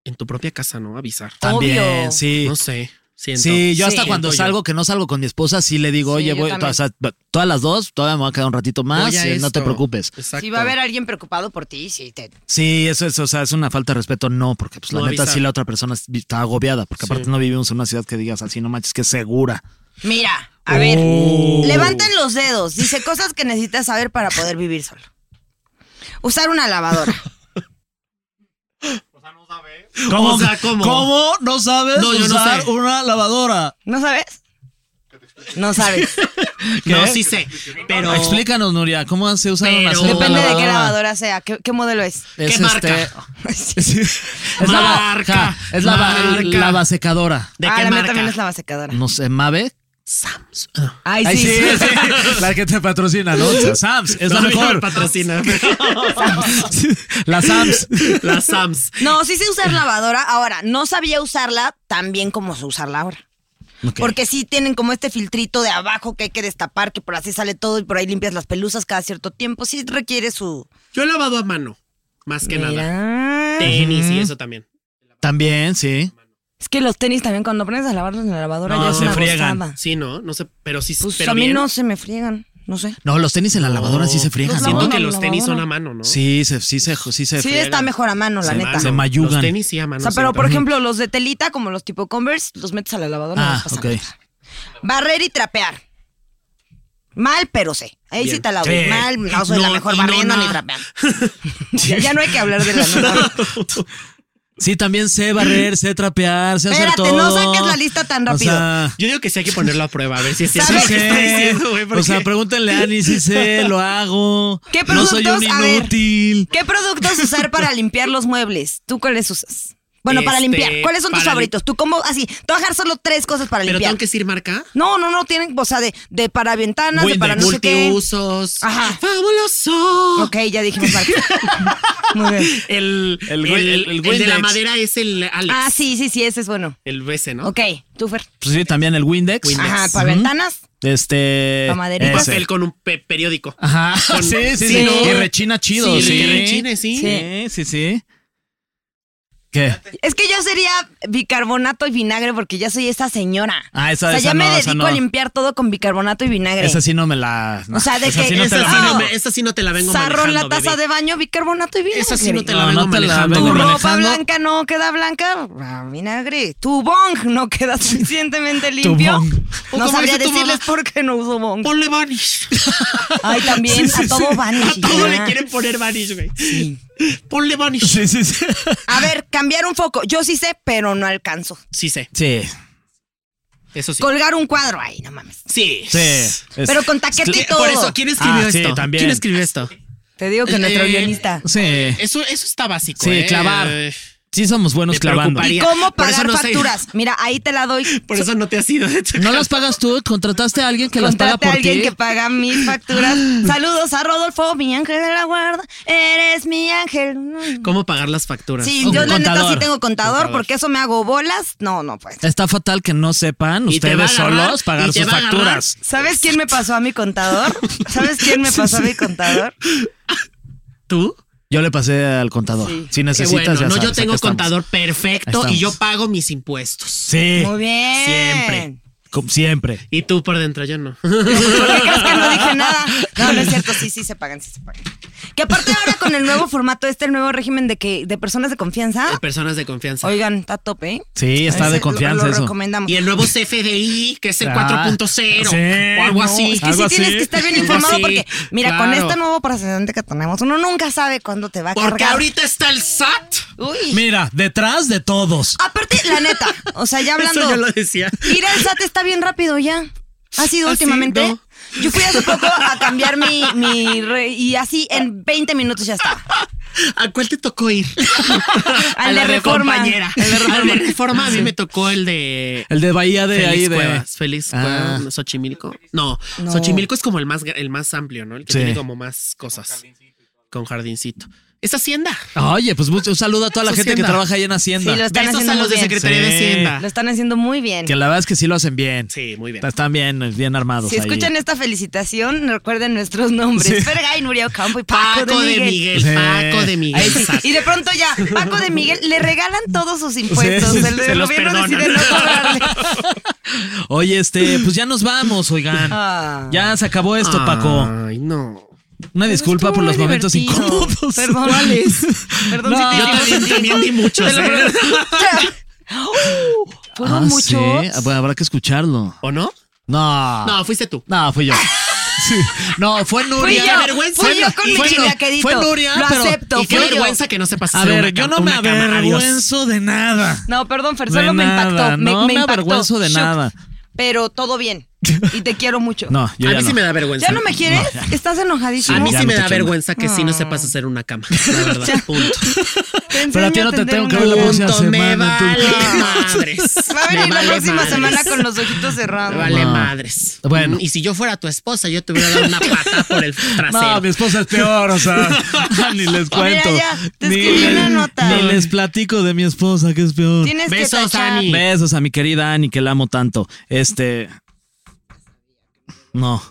Speaker 2: en tu propia casa, ¿no? Avisar.
Speaker 3: Oh.
Speaker 1: También,
Speaker 3: Obvio.
Speaker 1: Ah, sí.
Speaker 2: No sé. Siento.
Speaker 1: Sí, yo hasta
Speaker 2: Sí.
Speaker 1: cuando
Speaker 2: Siento yo.
Speaker 1: salgo, que no salgo con mi esposa, sí le digo,
Speaker 3: Sí,
Speaker 1: oye,
Speaker 3: yo
Speaker 1: voy,
Speaker 3: también.
Speaker 1: o sea, todas las dos, todavía me voy a quedar un ratito más,
Speaker 2: Voy a
Speaker 1: eh, no te
Speaker 2: esto.
Speaker 1: preocupes.
Speaker 2: Exacto.
Speaker 3: Si va a haber alguien preocupado por ti, sí, te,
Speaker 1: Sí, eso es, o sea, es una falta de respeto, no, porque pues la
Speaker 2: No
Speaker 1: neta
Speaker 2: avisar.
Speaker 1: sí la otra persona está agobiada, porque aparte no vivimos en una ciudad que digas así, no manches, que es segura.
Speaker 3: Mira, a ver, levanten los dedos. Dice cosas que necesitas saber para poder vivir solo. Usar una lavadora.
Speaker 2: ¿Cómo? O sea, ¿cómo?
Speaker 1: no sabes
Speaker 2: No, yo no
Speaker 1: usar
Speaker 2: sé.
Speaker 1: una lavadora?
Speaker 3: ¿No sabes? No sabes.
Speaker 2: No, sí sé. Pero.
Speaker 1: Explícanos, Nuria, ¿cómo se usa una
Speaker 2: Pero-
Speaker 1: sola
Speaker 3: Depende de qué lavadora sea, qué, qué modelo es.
Speaker 1: Es
Speaker 2: ¿Qué marca?
Speaker 1: este- es la
Speaker 2: Marca,
Speaker 1: marca. Es la
Speaker 2: marca.
Speaker 1: secadora.
Speaker 2: ¿De
Speaker 3: ah,
Speaker 2: qué
Speaker 3: la mía
Speaker 2: marca?
Speaker 3: también es lava secadora.
Speaker 1: No sé, Mave.
Speaker 3: Ay,
Speaker 1: Ay,
Speaker 3: sí.
Speaker 1: sí, sí. La que te patrocina, ¿no? O sea, Sams, es la
Speaker 2: No, a mí no me
Speaker 1: mejor.
Speaker 2: patrocina.
Speaker 1: La Sams.
Speaker 2: La Sams.
Speaker 3: No, sí sé usar lavadora. Ahora, no sabía usarla tan bien como sé usarla ahora. Porque sí tienen como este filtrito de abajo que hay que destapar, que por así sale todo y por ahí limpias las pelusas cada cierto tiempo. Sí requiere su...
Speaker 2: Yo he lavado a mano. Más que nada.
Speaker 3: Mira.
Speaker 2: Tenis y eso también.
Speaker 1: También, sí.
Speaker 3: Es que los tenis también cuando aprendes a lavarlos en la lavadora
Speaker 2: No,
Speaker 3: ya es
Speaker 2: se
Speaker 3: una
Speaker 1: friegan.
Speaker 3: gozada.
Speaker 2: Sí, ¿no? No sé. Pero sí.
Speaker 3: Pues
Speaker 2: pero
Speaker 3: a mí
Speaker 2: bien.
Speaker 3: no se me friegan. No sé.
Speaker 7: No, los tenis en la lavadora sí se friegan,
Speaker 2: Siento
Speaker 7: ¿no?
Speaker 2: que los
Speaker 3: No,
Speaker 2: tenis
Speaker 3: no,
Speaker 2: son
Speaker 3: no.
Speaker 2: a mano, ¿no?
Speaker 7: Sí, se, sí, se, sí se
Speaker 3: Sí,
Speaker 7: friegan.
Speaker 3: está mejor a mano, la
Speaker 7: Se
Speaker 3: neta.
Speaker 7: van, se
Speaker 3: o
Speaker 7: mayugan.
Speaker 2: Los tenis sí a mano.
Speaker 3: sea, pero
Speaker 2: siempre.
Speaker 3: por ejemplo, los de telita, como los tipo Converse, los metes a la lavadora. no
Speaker 7: Ah,
Speaker 3: les pasa
Speaker 7: ok.
Speaker 3: nada. Barrer y trapear. Mal, pero sé. Ahí sí
Speaker 2: Bien.
Speaker 3: te la voy.
Speaker 2: Sí.
Speaker 3: Mal, no soy la
Speaker 2: No,
Speaker 3: mejor
Speaker 2: y
Speaker 3: barriendo
Speaker 2: nona.
Speaker 3: ni trapeando. ya, ya no hay que hablar de la nona.
Speaker 7: Sí, también sé barrer, sé trapear, sé hacer
Speaker 3: Espérate,
Speaker 7: todo.
Speaker 3: no saques la lista tan rápido.
Speaker 7: O sea,
Speaker 2: Yo digo que sí hay que ponerlo a prueba, a ver si es
Speaker 7: sí
Speaker 2: cierto lo que está
Speaker 7: sé.
Speaker 2: diciendo, güey.
Speaker 7: O sea,
Speaker 2: porque-
Speaker 7: pregúntenle a Ani si sé, lo hago.
Speaker 3: ¿Qué
Speaker 7: No soy un
Speaker 3: productos? A ver.
Speaker 7: inútil.
Speaker 3: ¿Qué productos usar para limpiar los muebles? ¿Tú cuáles usas? Bueno, para
Speaker 2: Este,
Speaker 3: limpiar. ¿Cuáles son tus
Speaker 2: para lim-
Speaker 3: favoritos? ¿Tú cómo? Así, te voy a dejar solo tres cosas para
Speaker 2: Pero
Speaker 3: limpiar.
Speaker 2: tengo que decir marca.
Speaker 3: No, no, no, tienen, o sea, de, de para ventanas, de
Speaker 2: Windex,
Speaker 3: para no sé qué.
Speaker 2: multiusos.
Speaker 3: Ajá.
Speaker 2: Fabuloso.
Speaker 3: Ok, ya dijimos marca. Muy bien.
Speaker 2: El,
Speaker 7: El
Speaker 2: el,
Speaker 7: Win- el-
Speaker 2: el,
Speaker 7: el
Speaker 2: el de
Speaker 7: Windex.
Speaker 2: la madera es el Alex.
Speaker 3: Ah, sí, sí, sí, ese es bueno.
Speaker 2: El BC, ¿no?
Speaker 3: Ok, tú, Fer.
Speaker 1: Pues sí, también el Windex.
Speaker 3: Ajá, para ventanas.
Speaker 1: Este.
Speaker 3: Pa' maderita.
Speaker 1: ese.
Speaker 2: Papel con un pe- periódico.
Speaker 3: Ah,
Speaker 1: Ajá.
Speaker 2: Con-
Speaker 1: Sí, sí, sí.
Speaker 2: Sí, ¿no?
Speaker 1: Que rechina chido, sí.
Speaker 2: Sí, que rechine, sí.
Speaker 1: Sí, sí, sí. ¿Qué?
Speaker 3: Es que yo sería bicarbonato y vinagre porque ya soy esa señora.
Speaker 1: Ah, esa-
Speaker 3: o sea,
Speaker 1: esa
Speaker 3: ya me
Speaker 1: no, esa
Speaker 3: dedico
Speaker 1: no.
Speaker 3: a limpiar todo con bicarbonato y vinagre.
Speaker 1: Esa sí no me la. no,
Speaker 3: O sea, de
Speaker 1: esa
Speaker 3: que-
Speaker 1: sí no te
Speaker 3: esa
Speaker 1: la
Speaker 3: sí
Speaker 2: Esa
Speaker 3: no
Speaker 1: manejo.
Speaker 2: no me- esa sí no te la vengo
Speaker 3: Sarro en la
Speaker 2: manejando,
Speaker 3: taza
Speaker 2: bebé.
Speaker 3: de baño, bicarbonato y vinagre.
Speaker 2: Esa sí no te la
Speaker 1: No,
Speaker 2: vengo
Speaker 1: no te la
Speaker 2: manejando.
Speaker 1: vengo
Speaker 3: tu
Speaker 1: manejando.
Speaker 3: ropa blanca no queda blanca, ah, vinagre. Tu bong no queda suficientemente limpio.
Speaker 1: bong.
Speaker 3: No
Speaker 2: como
Speaker 3: sabría
Speaker 2: dice tu
Speaker 3: decirles
Speaker 2: mamá.
Speaker 3: por qué no uso bong.
Speaker 2: Ponle vanish.
Speaker 3: Ay, también a todo van.
Speaker 2: A todo le quieren poner vanish, güey. Ponle vanish.
Speaker 1: Sí, sí, sí.
Speaker 3: A ver, cambiar un foco. Yo sí sé, pero no alcanzo.
Speaker 2: Sí sé,
Speaker 1: Sí,
Speaker 2: eso sí.
Speaker 3: Colgar un cuadro, ay, no mames.
Speaker 2: Sí.
Speaker 1: sí. es-
Speaker 3: Pero con taquete y todo.
Speaker 2: Por eso, ¿quién escribió
Speaker 1: Ah, sí,
Speaker 2: esto?
Speaker 1: también.
Speaker 2: ¿Quién escribió esto?
Speaker 3: Te digo que nuestro
Speaker 2: Eh,
Speaker 3: guionista.
Speaker 1: Sí.
Speaker 2: Eso, eso está básico.
Speaker 1: Sí,
Speaker 2: eh.
Speaker 1: clavar.
Speaker 2: Eh,
Speaker 1: Sí, somos buenos
Speaker 2: Me
Speaker 1: clavando.
Speaker 2: preocuparía.
Speaker 3: ¿Y cómo
Speaker 2: Por eso
Speaker 3: pagar
Speaker 2: no sé.
Speaker 3: facturas? Mira, ahí te la doy.
Speaker 2: Por eso no te has ido. de tu
Speaker 1: ¿No
Speaker 2: casa.
Speaker 1: las pagas tú? ¿Contrataste a alguien que las paga
Speaker 3: Contrate a
Speaker 1: por
Speaker 3: alguien
Speaker 1: ti?
Speaker 3: que paga mis facturas. Saludos a Rodolfo, mi ángel de la guarda. Eres mi ángel.
Speaker 2: ¿Cómo pagar las facturas?
Speaker 3: Sí,
Speaker 1: Un
Speaker 3: yo la neta
Speaker 1: contador.
Speaker 3: sí tengo contador, porque eso me hago bolas. No, no pues.
Speaker 1: Está fatal que no sepan
Speaker 2: Y te va a
Speaker 1: ustedes
Speaker 2: agarrar,
Speaker 1: solos
Speaker 2: y
Speaker 1: pagar
Speaker 2: te
Speaker 1: sus
Speaker 2: va a agarrar.
Speaker 1: facturas.
Speaker 3: ¿Sabes quién me pasó a mi contador? ¿Sabes quién me pasó a mi contador?
Speaker 2: ¿Tú?
Speaker 1: Yo le pasé al contador.
Speaker 3: Sí.
Speaker 1: Si
Speaker 2: Qué
Speaker 1: necesitas,
Speaker 2: bueno,
Speaker 1: ya
Speaker 2: no, yo
Speaker 1: sabes,
Speaker 2: tengo
Speaker 1: acá estamos.
Speaker 2: contador perfecto
Speaker 1: Ahí
Speaker 2: y yo
Speaker 1: estamos.
Speaker 2: pago mis impuestos.
Speaker 1: Sí,
Speaker 3: Muy bien.
Speaker 2: Siempre.
Speaker 1: como siempre.
Speaker 2: Y tú por dentro, yo no.
Speaker 3: ¿Por qué crees que no dije nada? No, no es cierto, sí, sí se pagan, sí se pagan. Que aparte ahora con el nuevo formato, este el nuevo régimen de que de personas de confianza,
Speaker 2: De personas de confianza.
Speaker 3: oigan, está a tope. ¿eh?
Speaker 1: Sí, está
Speaker 3: Ese
Speaker 1: de
Speaker 3: lo-
Speaker 1: confianza
Speaker 3: lo,
Speaker 1: eso.
Speaker 3: recomendamos.
Speaker 2: Y el nuevo CFDI, que es el
Speaker 1: Ah,
Speaker 2: 4.0
Speaker 1: sí,
Speaker 2: o algo
Speaker 1: no,
Speaker 2: así.
Speaker 3: Es que sí
Speaker 1: Algo
Speaker 3: tienes
Speaker 1: así.
Speaker 3: que estar bien
Speaker 2: Algo
Speaker 3: informado
Speaker 2: así,
Speaker 3: porque, mira, con
Speaker 2: claro.
Speaker 3: este nuevo precedente que tenemos, uno nunca sabe cuándo te va a
Speaker 2: Porque
Speaker 3: cargar.
Speaker 2: ahorita está el SAT.
Speaker 3: Uy.
Speaker 1: Mira, detrás de todos.
Speaker 3: Aparte, la neta, o sea, ya hablando.
Speaker 2: Eso yo lo decía.
Speaker 3: Ir al SAT está bien rápido ya. Ha sido
Speaker 2: ¿Ah, sí?
Speaker 3: últimamente.
Speaker 2: No.
Speaker 3: Yo fui hace poco a cambiar mi, mi re- y así en 20 minutos ya está.
Speaker 2: Ah. ¿A cuál te tocó ir?
Speaker 3: Al de
Speaker 2: la
Speaker 3: Reforma.
Speaker 2: compañera.
Speaker 3: Al de
Speaker 2: Al de reforma a mí me tocó el de
Speaker 1: El de Bahía de
Speaker 2: Félix
Speaker 1: ahí de.
Speaker 2: Cuevas, Félix
Speaker 1: Ah.
Speaker 2: Cuevas, ¿no? Xochimilco. No,
Speaker 3: No.
Speaker 2: Xochimilco es como el más, gra- el más amplio, ¿no? El que
Speaker 1: Sí.
Speaker 2: tiene como más cosas. Con jardincito. Es Hacienda.
Speaker 1: Oye, pues mucho- un saludo a toda la
Speaker 2: Eso
Speaker 1: gente que
Speaker 2: Hacienda.
Speaker 1: trabaja ahí en Hacienda.
Speaker 3: Sí, lo están
Speaker 2: Besos
Speaker 3: haciendo
Speaker 2: a
Speaker 3: muy
Speaker 2: los de
Speaker 3: bien.
Speaker 2: Secretaría de
Speaker 1: Sí.
Speaker 3: Lo
Speaker 2: Hacienda.
Speaker 3: están haciendo muy bien.
Speaker 1: Que la verdad es que sí lo hacen bien.
Speaker 2: Sí, muy bien.
Speaker 1: Están bien, bien armados.
Speaker 3: Si
Speaker 1: ahí.
Speaker 3: escuchan esta felicitación, recuerden nuestros nombres. Ferga y Nuria Ocampo y Paco,
Speaker 2: Paco de Miguel,
Speaker 1: Sí.
Speaker 2: Paco de Miguel.
Speaker 3: Ahí sí.
Speaker 2: Exacto.
Speaker 3: Y de pronto ya, Paco de Miguel le regalan todos sus impuestos.
Speaker 1: Sí, sí,
Speaker 3: el
Speaker 2: se los
Speaker 3: gobierno decide no
Speaker 2: perdonan.
Speaker 3: cobrarle.
Speaker 1: Oye, este, pues ya nos vamos, oigan.
Speaker 3: Ah. Pues
Speaker 1: Ya se acabó esto, Paco.
Speaker 2: Ay, no.
Speaker 1: Una disculpa
Speaker 3: Estuvo
Speaker 1: por los
Speaker 3: muy
Speaker 1: momentos
Speaker 3: divertido.
Speaker 1: incómodos.
Speaker 3: Perdón. Perdón si te
Speaker 2: Yo
Speaker 3: dimos
Speaker 2: también,
Speaker 3: el
Speaker 2: también di muchos, ¿eh?
Speaker 3: Uh, ¿Fueron
Speaker 1: Ah,
Speaker 3: muchos?
Speaker 1: sí. Ah, Bueno, habrá que escucharlo.
Speaker 2: ¿O no?
Speaker 3: Ah.
Speaker 1: No.
Speaker 2: No, fuiste tú.
Speaker 1: No, fui yo. Sí. No, fue
Speaker 3: Fui
Speaker 1: Nuria.
Speaker 3: yo,
Speaker 2: vergüenza.
Speaker 3: fui yo con mi
Speaker 1: Fue-
Speaker 3: chilaquedito.
Speaker 1: fue Nuria,
Speaker 3: Lo
Speaker 1: pero-
Speaker 3: acepto,
Speaker 2: y qué
Speaker 3: fui yo.
Speaker 2: vergüenza que no sepas
Speaker 1: A
Speaker 2: hacer
Speaker 1: ver,
Speaker 2: una
Speaker 1: yo
Speaker 2: cam-
Speaker 1: no me
Speaker 2: una cámara. Adiós.
Speaker 1: avergüenzo de nada.
Speaker 3: No, perdón, Fer,
Speaker 1: De
Speaker 3: solo me
Speaker 1: nada,
Speaker 3: impactó. Me,
Speaker 1: no me
Speaker 3: impactó.
Speaker 1: avergüenzo de
Speaker 3: Shook.
Speaker 1: nada.
Speaker 3: Pero todo bien. Y te quiero mucho.
Speaker 1: No, yo
Speaker 2: A
Speaker 1: ya
Speaker 2: mí
Speaker 1: no.
Speaker 2: sí me da vergüenza.
Speaker 3: ¿Ya no me quieres? ¿Estás enojadísimo?
Speaker 2: A mí
Speaker 1: Ya
Speaker 2: sí
Speaker 1: no
Speaker 2: me
Speaker 1: te
Speaker 2: da
Speaker 1: chamba.
Speaker 2: vergüenza que sí no sepas hacer una cama. La verdad.
Speaker 3: Ya.
Speaker 2: Punto.
Speaker 3: Te enseño
Speaker 1: Pero a ti no te
Speaker 3: tender
Speaker 1: tengo que
Speaker 3: una
Speaker 1: ver la
Speaker 3: mano.
Speaker 1: próxima
Speaker 2: Punto. Me
Speaker 1: semana, tú.
Speaker 2: vale madres.
Speaker 3: Va a
Speaker 2: Me
Speaker 3: venir la
Speaker 2: vale
Speaker 3: próxima
Speaker 2: madres.
Speaker 3: semana con los ojitos
Speaker 2: Me
Speaker 3: cerrados.
Speaker 2: vale
Speaker 1: No.
Speaker 2: madres.
Speaker 1: Bueno.
Speaker 2: Y si yo fuera tu esposa, yo te hubiera dado una pata por el
Speaker 1: No,
Speaker 2: trasero.
Speaker 1: mi esposa es peor, o sea, ni les cuento.
Speaker 3: ya, te escribí una nota.
Speaker 1: ni les platico de mi esposa, que es peor.
Speaker 3: Tienes que
Speaker 2: Besos,
Speaker 3: tachar.
Speaker 2: Ani.
Speaker 1: Besos a mi querida Ani, que la amo tanto. Este. No.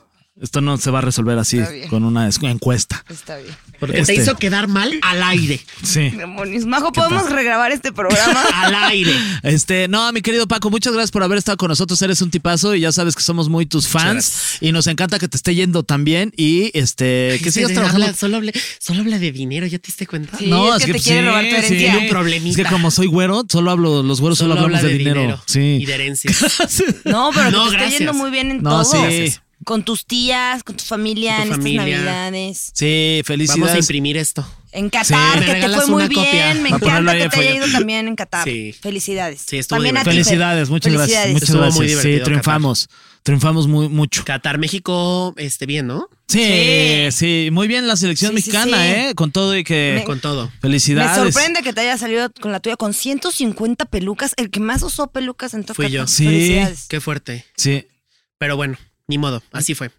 Speaker 1: Esto no se va a resolver así
Speaker 3: Está bien.
Speaker 1: con una es- encuesta.
Speaker 3: Está bien.
Speaker 2: Porque
Speaker 1: Este-
Speaker 2: te hizo quedar mal al aire.
Speaker 1: Sí.
Speaker 3: Demonios. Majo, ¿podemos regrabar este programa?
Speaker 2: Al aire.
Speaker 1: Este, no, mi querido Paco, muchas gracias por haber estado con nosotros. Eres un tipazo y ya sabes que somos muy tus fans y nos encanta que te esté yendo tan bien y este que
Speaker 2: Este,
Speaker 1: sigas
Speaker 2: de-
Speaker 1: trabajando.
Speaker 2: habla- solo, habla, solo habla de dinero, ¿ya te diste cuenta?
Speaker 3: Sí, es que te quiere robar tu herencia.
Speaker 2: Tiene un problemita.
Speaker 1: Es que como soy güero, solo hablo los güeros solo, hablamos
Speaker 2: habla
Speaker 1: de, dinero. Sí.
Speaker 2: Y de herencia.
Speaker 3: No, pero
Speaker 2: No,
Speaker 3: que te está
Speaker 2: gracias.
Speaker 3: yendo muy bien en
Speaker 1: No,
Speaker 3: todo.
Speaker 1: sí. Gracias.
Speaker 3: Con tus tías, con tu familia
Speaker 2: Con tu
Speaker 3: en
Speaker 2: familia.
Speaker 3: estas navidades.
Speaker 1: Sí,
Speaker 2: Vamos a
Speaker 1: felicidades.
Speaker 2: imprimir esto.
Speaker 3: En
Speaker 1: Sí.
Speaker 3: Qatar,
Speaker 2: ¿Me
Speaker 3: que te
Speaker 2: regalas
Speaker 3: fue muy
Speaker 2: una copia?
Speaker 3: bien. Me
Speaker 1: Va a ponerlo
Speaker 3: encanta
Speaker 1: ahí
Speaker 3: que
Speaker 1: en
Speaker 3: te haya
Speaker 1: folleto.
Speaker 3: ido también en Qatar.
Speaker 2: Sí.
Speaker 3: Felicidades.
Speaker 2: Sí, estuvo
Speaker 3: también a ti,
Speaker 2: divertido.
Speaker 3: Fer.
Speaker 1: Felicidades, muchas gracias. Muchas
Speaker 2: Estuvo muy
Speaker 1: gracias. Sí,
Speaker 2: divertido,
Speaker 1: triunfamos. Triunfamos muy mucho.
Speaker 2: Qatar, México, este, bien, ¿no?
Speaker 1: Sí, sí, muy bien la selección
Speaker 3: Sí, sí,
Speaker 1: mexicana,
Speaker 3: sí.
Speaker 1: ¿eh? Con todo y que
Speaker 3: Me-
Speaker 2: Con todo.
Speaker 1: felicidades.
Speaker 3: Me sorprende que te haya salido con la tuya con 150 pelucas. El que más usó pelucas en todo
Speaker 2: Fui yo.
Speaker 3: Qatar.
Speaker 1: Sí.
Speaker 3: Felicidades.
Speaker 2: Qué fuerte.
Speaker 1: Sí.
Speaker 2: Pero bueno, ni modo. Así fue.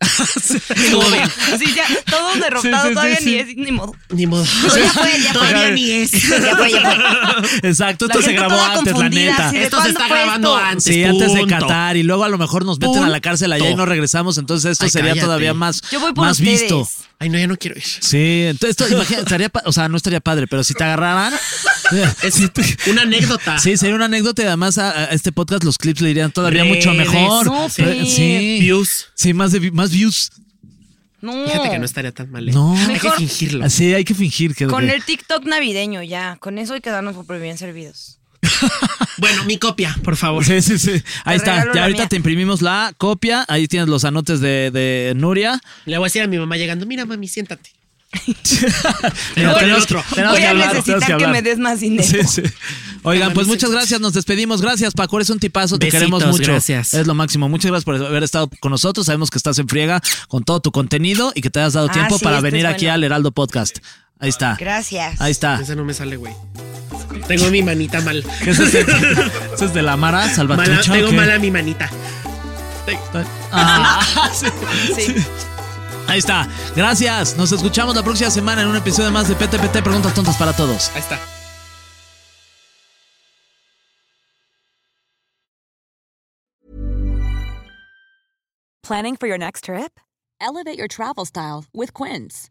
Speaker 3: Así ya, todos derrotados,
Speaker 1: Sí, sí,
Speaker 3: todavía
Speaker 1: sí,
Speaker 3: ni
Speaker 1: sí.
Speaker 3: es ni modo.
Speaker 2: Ni modo.
Speaker 3: ya fue, ya fue.
Speaker 2: Todavía ni es.
Speaker 3: Ya fue, ya fue.
Speaker 1: Exacto,
Speaker 3: La
Speaker 1: esto se
Speaker 3: gente
Speaker 1: grabó
Speaker 3: toda
Speaker 1: antes, la
Speaker 3: confundida,
Speaker 1: neta.
Speaker 3: así de,
Speaker 2: Esto se
Speaker 3: ¿cuándo
Speaker 2: está
Speaker 3: fue
Speaker 2: grabando
Speaker 3: esto?
Speaker 2: antes.
Speaker 1: Sí, antes de
Speaker 2: punto.
Speaker 1: Qatar y luego a lo mejor nos meten a la cárcel allá y
Speaker 2: Punto.
Speaker 1: no regresamos, entonces esto
Speaker 2: Ay,
Speaker 1: sería
Speaker 2: cállate.
Speaker 1: todavía más,
Speaker 3: Yo voy por
Speaker 1: más
Speaker 3: ustedes.
Speaker 1: visto.
Speaker 2: Ay, no, ya no quiero ir.
Speaker 1: Sí, entonces esto, imagínate, estaría pa- o sea, no estaría padre, pero si te agarraran,
Speaker 2: Es una anécdota.
Speaker 1: sí, sería una anécdota y además a, a este podcast los clips le irían todavía mucho
Speaker 2: Redes.
Speaker 1: mejor.
Speaker 3: No,
Speaker 1: Re-
Speaker 3: Fer.
Speaker 1: sí,
Speaker 2: Views.
Speaker 1: sí, más, de, vi- más views.
Speaker 3: No.
Speaker 2: Fíjate que no estaría tan mal. ¿eh?
Speaker 1: No.
Speaker 2: Hay que
Speaker 3: Mejor-
Speaker 2: fingirlo.
Speaker 1: Así hay que fingir que...
Speaker 3: Con
Speaker 1: que-
Speaker 3: el TikTok navideño, ya. Con eso y quedarnos súper bien servidos.
Speaker 2: Bueno, mi copia, por favor.
Speaker 1: Sí, sí, sí. Ahí está.
Speaker 3: regalo
Speaker 1: Ya
Speaker 3: la
Speaker 1: ahorita
Speaker 3: mía.
Speaker 1: te imprimimos la copia. Ahí tienes los anotes de, de Nuria.
Speaker 2: Le voy a decir a mi mamá llegando, mira, mami, siéntate.
Speaker 1: Pero
Speaker 2: con el
Speaker 1: tenemos-
Speaker 2: otro.
Speaker 1: tenemos
Speaker 3: Voy
Speaker 1: que
Speaker 3: a
Speaker 1: hablar,
Speaker 3: necesitar
Speaker 1: tenemos
Speaker 3: que,
Speaker 1: hablar.
Speaker 3: me des más dinero.
Speaker 1: Sí, sí. Oigan,
Speaker 2: Bueno,
Speaker 1: pues
Speaker 2: sí.
Speaker 1: muchas gracias, nos despedimos. Gracias, Paco, eres un tipazo, te
Speaker 2: Besitos,
Speaker 1: queremos mucho.
Speaker 2: gracias.
Speaker 1: Es lo máximo. Muchas gracias por haber estado con nosotros. Sabemos que estás en friega con todo tu contenido y que te has dado
Speaker 3: Ah,
Speaker 1: tiempo
Speaker 3: sí,
Speaker 1: para
Speaker 3: esto es
Speaker 1: venir aquí
Speaker 3: bueno.
Speaker 1: al Heraldo Podcast. Ahí está.
Speaker 3: Gracias.
Speaker 1: Ahí está.
Speaker 2: Esa no me sale, güey. Tengo mi manita mal.
Speaker 1: Ah. ¿Qué es este? ¿Eso es de la Mara
Speaker 2: Mala-
Speaker 1: Salvatrucha?
Speaker 2: tengo
Speaker 1: o qué?
Speaker 2: mala mi manita.
Speaker 1: Ah,
Speaker 3: Sí.
Speaker 1: ahí está. Gracias. Nos escuchamos la próxima semana en un episodio más de PTPT Preguntas Tontas para Todos.
Speaker 2: Ahí está.
Speaker 11: Planning for your next trip? Elevate your travel style with Quince.